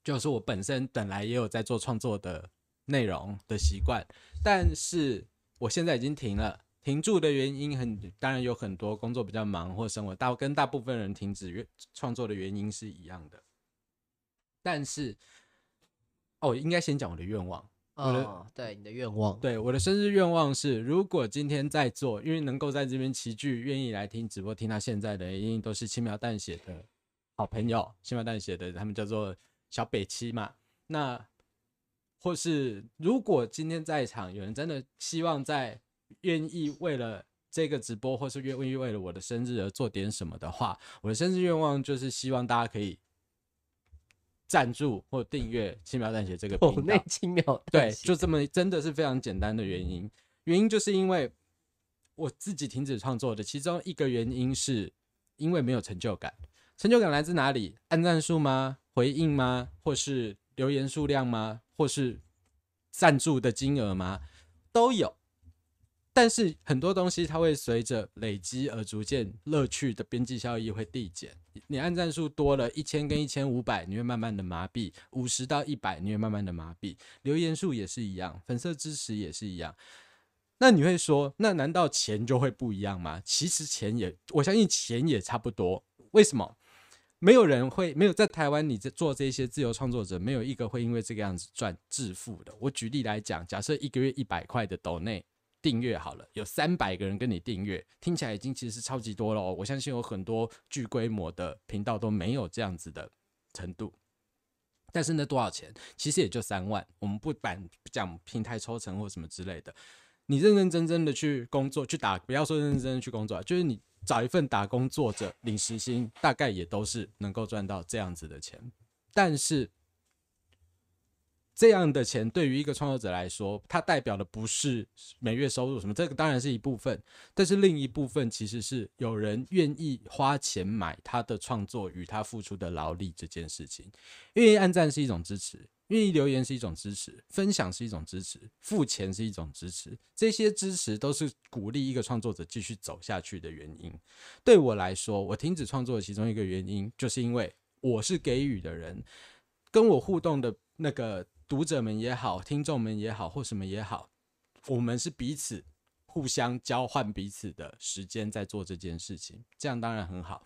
就是我本身本来也有在做创作的内容的习惯，但是我现在已经停了。停住的原因很，当然有很多，工作比较忙或生活大跟大部分人停止原创作的原因是一样的。但是，哦，应该先讲我的愿望。我的
嗯，对你的愿望，
对，我的生日愿望是，如果今天在座，因为能够在这边齐聚，愿意来听直播，听到现在的，一定都是轻描淡写的好朋友，轻描淡写的，他们叫做小北七嘛。那或是如果今天在场有人真的希望在愿意为了这个直播，或是愿意为了我的生日而做点什么的话，我的生日愿望就是希望大家可以赞助或订阅轻描淡写这个
口
频道
内。轻描淡
对，
写
就这么真的是非常简单的原因。原因就是因为我自己停止创作的，其中一个原因是因为没有成就感。成就感来自哪里？按赞数吗？回应吗？或是留言数量吗？或是赞助的金额吗？都有。但是很多东西它会随着累积而逐渐乐趣的边际效益会递减。你按赞数多了一千跟一千五百，你会慢慢的麻痹；五十到一百，你会慢慢的麻痹。留言数也是一样，粉色支持也是一样。那你会说，那难道钱就会不一样吗？其实钱也，我相信钱也差不多。为什么？没有人会没有在台湾，你这做这些自由创作者，没有一个会因为这个样子赚致富的。我举例来讲，假设一个月一百块的抖内订阅好了，有三百个人跟你订阅，听起来已经其实是超级多了、哦。我相信有很多巨规模的频道都没有这样子的程度。但是那多少钱？其实也就三万。我们不板不讲平台抽成或什么之类的，你认认真真的去工作，去打，不要说认认真真地去工作啊，就是你找一份打工作者领时薪，大概也都是能够赚到这样子的钱。但是这样的钱对于一个创作者来说，它代表的不是每月收入什么，这个当然是一部分，但是另一部分其实是有人愿意花钱买他的创作与他付出的劳力这件事情。愿意按赞是一种支持，愿意留言是一种支持，分享是一种支持，付钱是一种支持，这些支持都是鼓励一个创作者继续走下去的原因。对我来说，我停止创作的其中一个原因，就是因为我是给予的人，跟我互动的那个读者们也好，听众们也好，或什么也好，我们是彼此互相交换彼此的时间在做这件事情，这样当然很好。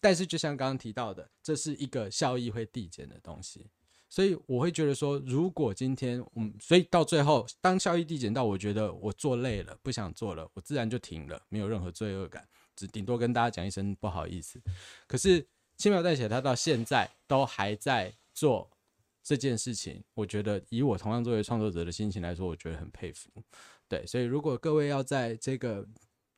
但是就像刚刚提到的，这是一个效益会递减的东西，所以我会觉得说，如果今天嗯，所以到最后，当效益递减到我觉得我做累了，不想做了，我自然就停了，没有任何罪恶感，只顶多跟大家讲一声不好意思。可是轻描淡写，他到现在都还在做这件事情，我觉得以我同样作为创作者的心情来说，我觉得很佩服。对，所以如果各位要在这个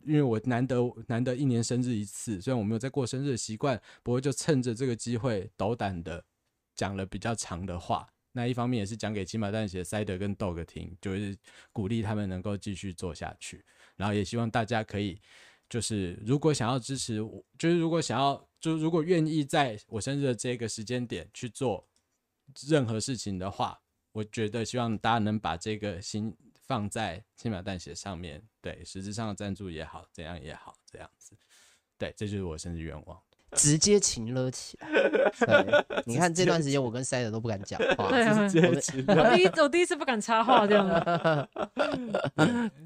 因为我难得难得一年生日一次，虽然我没有在过生日的习惯，不过就趁着这个机会，斗胆的讲了比较长的话。那一方面也是讲给骑马蛋写塞德跟豆哥听，就是鼓励他们能够继续做下去。然后也希望大家可以，就是如果想要支持我，就是如果想要，就如果愿意在我生日的这个时间点去做任何事情的话，我觉得希望大家能把这个心放在轻描淡写上面，对，实质上的赞助也好，怎样也好，这样子，对，这就是我生日愿望。
直接情勒起来。对，你看这段时间我跟塞德都不敢讲话。
(laughs) 对啊，
接起来
我第一我第一次不敢插话这样子，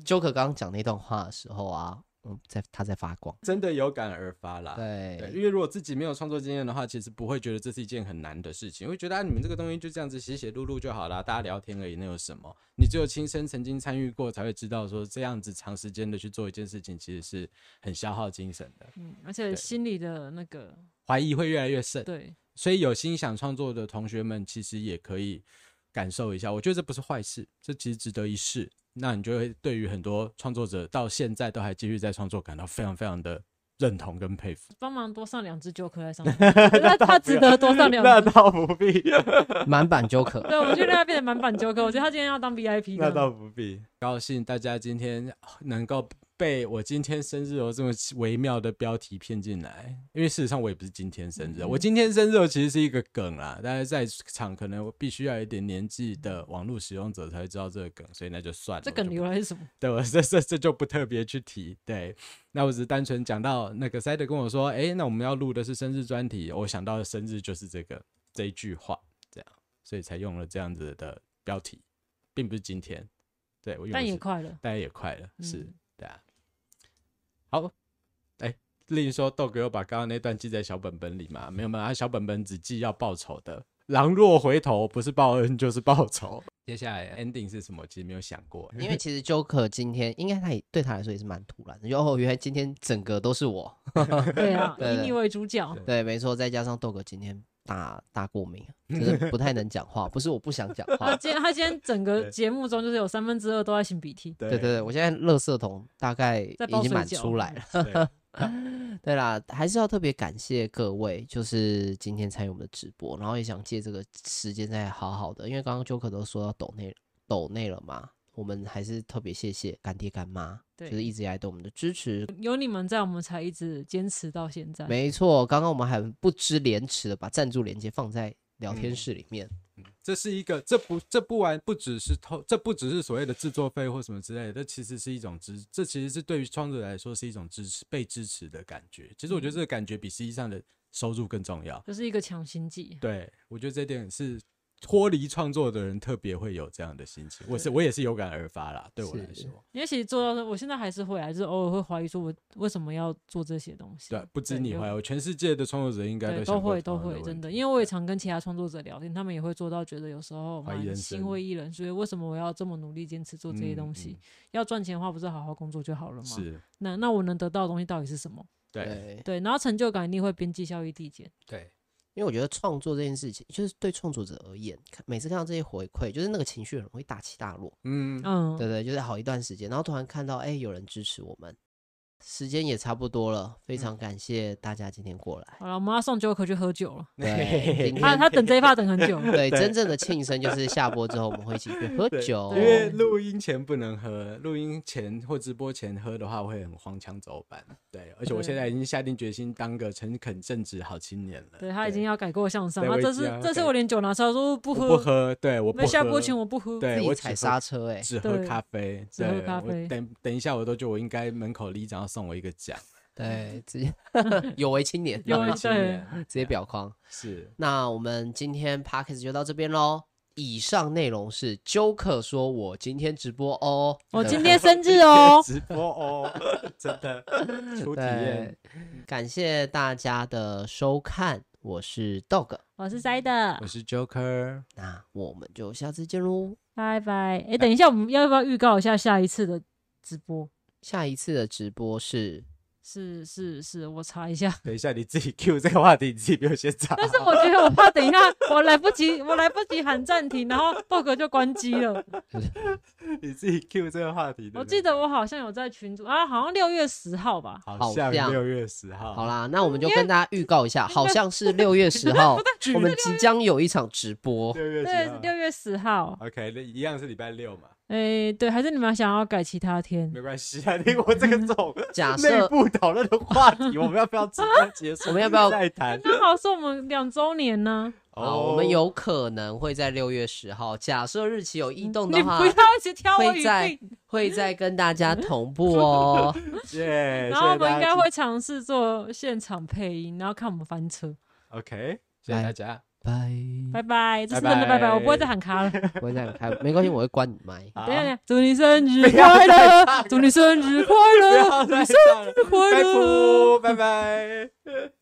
Joker 刚刚讲那段话的时候啊，嗯，在他在发光。
(laughs) 真的有感而发啦。对，
对，
因为如果自己没有创作经验的话，其实不会觉得这是一件很难的事情，会觉得啊，你们这个东西就这样子写写录录就好啦，大家聊天而已，那有什么？你只有亲身曾经参与过，才会知道说这样子长时间的去做一件事情，其实是很消耗精神的，
嗯，而且心里的那个
怀疑会越来越盛。
对，
所以有心想创作的同学们，其实也可以感受一下，我觉得这不是坏事，这其实值得一试。那你就会对于很多创作者到现在都还继续在创作，感到非常非常的认同跟佩服。
帮忙多上两只 Joker 在上
(laughs)
面，那他值得多上两
那
只。
倒不必，
满版 Joker。 (laughs)
对，我们就让他变成满版 Joker，我觉得他今天要当 VIP
那
的。
倒不必。高兴大家今天能够被我今天生日哦这么微妙的标题骗进来，因为事实上我也不是今天生日哦，我今天生日哦其实是一个梗啦，但是在场可能我必须要有一点年纪的网络使用者才会知道这个梗，所以那就算了。
这
我就
梗
不
由来是什么？
对，我这这这就不特别去提。对，那我只是单纯讲到那个 Side 跟我说，诶，那我们要录的是生日专题，我想到的生日就是这个这一句话，这样，所以才用了这样子的标题，并不是今天。对我用的
但
是，
也快了，
但也快了，是，
嗯
对啊。好，哎，另说豆哥有把刚刚那段记在小本本里嘛？没有没有，他小本本只记要报仇的。狼若回头，不是报恩就是报仇。接下来 ending 是什么？其实没有想过，
因为其实 Joker 今天应该他也对他来说也是蛮突然的，就哦，原来今天整个都是我。
对啊，
对
以
对
你为主角，
对，没错，再加上豆哥今天大大过敏，啊就是不太能讲话，不是我不想讲
他 (laughs)
话。
今天他今天整个
对
节目中就是有三分之二都在擤鼻涕，
对
对对对，我现在垃圾桶大概
在
已
包
经
水
满
饺
出来了。
对
(laughs)
对啦，还是要特别感谢各位，就是今天参与我们的直播，然后也想借这个时间再好好的，因为刚刚 Joker 都说到抖内抖内了嘛，我们还是特别谢谢干爹干妈，就
对
是一直以来对我们的支持。
有你们在，我们才一直坚持到现在。
没错，刚刚我们还不知廉耻的把赞助链接放在聊天
嗯
室里面，
这是一个，这不这不完不只是偷，这不只是所谓的制作费或什么之类的，这其实是一种支，这其实是对于创作者来说是一种支持被支持的感觉。其实我觉得这个感觉比实际上的收入更重要。
就是一个强心剂，
对我觉得这点是脱离创作的人特别会有这样的心情。我是我也是有感而发啦，对我来
是
说，
因为其实做到，我现在还是会啊，就是偶尔会怀疑说，我为什么要做这些东西？
对，啊不止你
有
怀，我全世界的创作者应该
对，
想
都
过
会都
同样
会，真的，
问题
因为我也常跟其他创作者聊天，他们也会做到觉得有时候
怀疑人
蛮
生
心灰意冷，所以为什么我要这么努力坚持做这些
嗯
东西？
嗯
要赚钱的话，不是好好工作就好了吗？
是，
那那我能得到的东西到底是什么？
对
对，然后成就感一定会边际效益递减，
对，
因为我觉得创作这件事情，就是对创作者而言，看每次看到这些回馈，就是那个情绪很容易大起大落。
嗯，
嗯，
对对，就是好一段时间，然后突然看到哎、有人支持我们，时间也差不多
嗯
了，非常感谢大家今天过
(laughs)
来。
好了，我们要送 Joker 去喝酒了。
对，今
他
天
他等这一趴等很久了。
对
啊对
真
(laughs)
正的庆生就是下播之后我们会一起去喝
对
酒，
因为录音前不能喝，录音前或直播前喝的话会很荒腔走板。对，而且我现在已经下定决心当个诚恳正直好青年了。
对他已经要改过向上，
对
他
我已
这
经
次
要
这次
改
我连酒拿出来说不
我
喝，
不喝，对，我不
没下播
喝
前我不喝。
对
自
我
己
只
踩
喝
刹车
(laughs)
哎、
只喝
对
咖啡，
只喝
对
咖
我
啡
等等一下，我都觉得我应该门口里长要送我一个奖。
对，
(laughs)
直接有为青年，
有为啊
直
青年
接表框。
是
那我们今天 p a c k a g e 就到这边喽。以上内容是 Joker 说：“我今天直播哦，
我
(laughs)
今
(laughs)
天生日哦，
直播哦， (laughs) 真的初体验
对。，感谢大家的收看，我是 Dog，
我是塞的
我，是 Joker，
那我们就下次见喽。
拜拜。哎，等一下，我们要不要预告一下下一次的直播？
下一次的直播是
是是是，我查一下。
等一下你自己 Q 这个话题，你自己不要先查。
(laughs) 但是我觉得我怕等一下 (laughs) 我来不及，我来不及喊暂停，然后豆哥就关机了。
你自己 Q 这个话题的。
我记得我好像有在群组啊，好像六月十号吧。
好
好
像
像
六月十号。
好啦，那我们就跟大家预告一下，好像是六月十号，我们即将有一场直播。
六月
对
十号，
六月十号，
OK，那一样是礼拜六嘛，
哎，对，还是你们想要改其他天？
没关系啊。因为我这
嗯
个这种
(laughs) 假
内
设
部讨论的话题，我们要不要直接结束？
我们要不要
再谈？
刚好是我们两周年呢、
啊，我
哦
们有可能会在六月十号，假设日期有异动
你
的
不
话
要，一直挑我
会
语
在
病。
会再跟大家同
(laughs)
步哦。
耶，
然后我们应该
谢谢大家
会尝试做现场配音，然后看我们翻车。
OK，谢谢大家。
拜，
拜拜，这是真的拜
拜
拜，
拜
我不会再喊卡了。
我会再开，没关系，我会关你麦。
(laughs)
好
等一下，等一下，祝你生日快
再
乐，祝你生日快
不
乐， (laughs)
要再唱了，
快
拜
乐。
拜拜拜。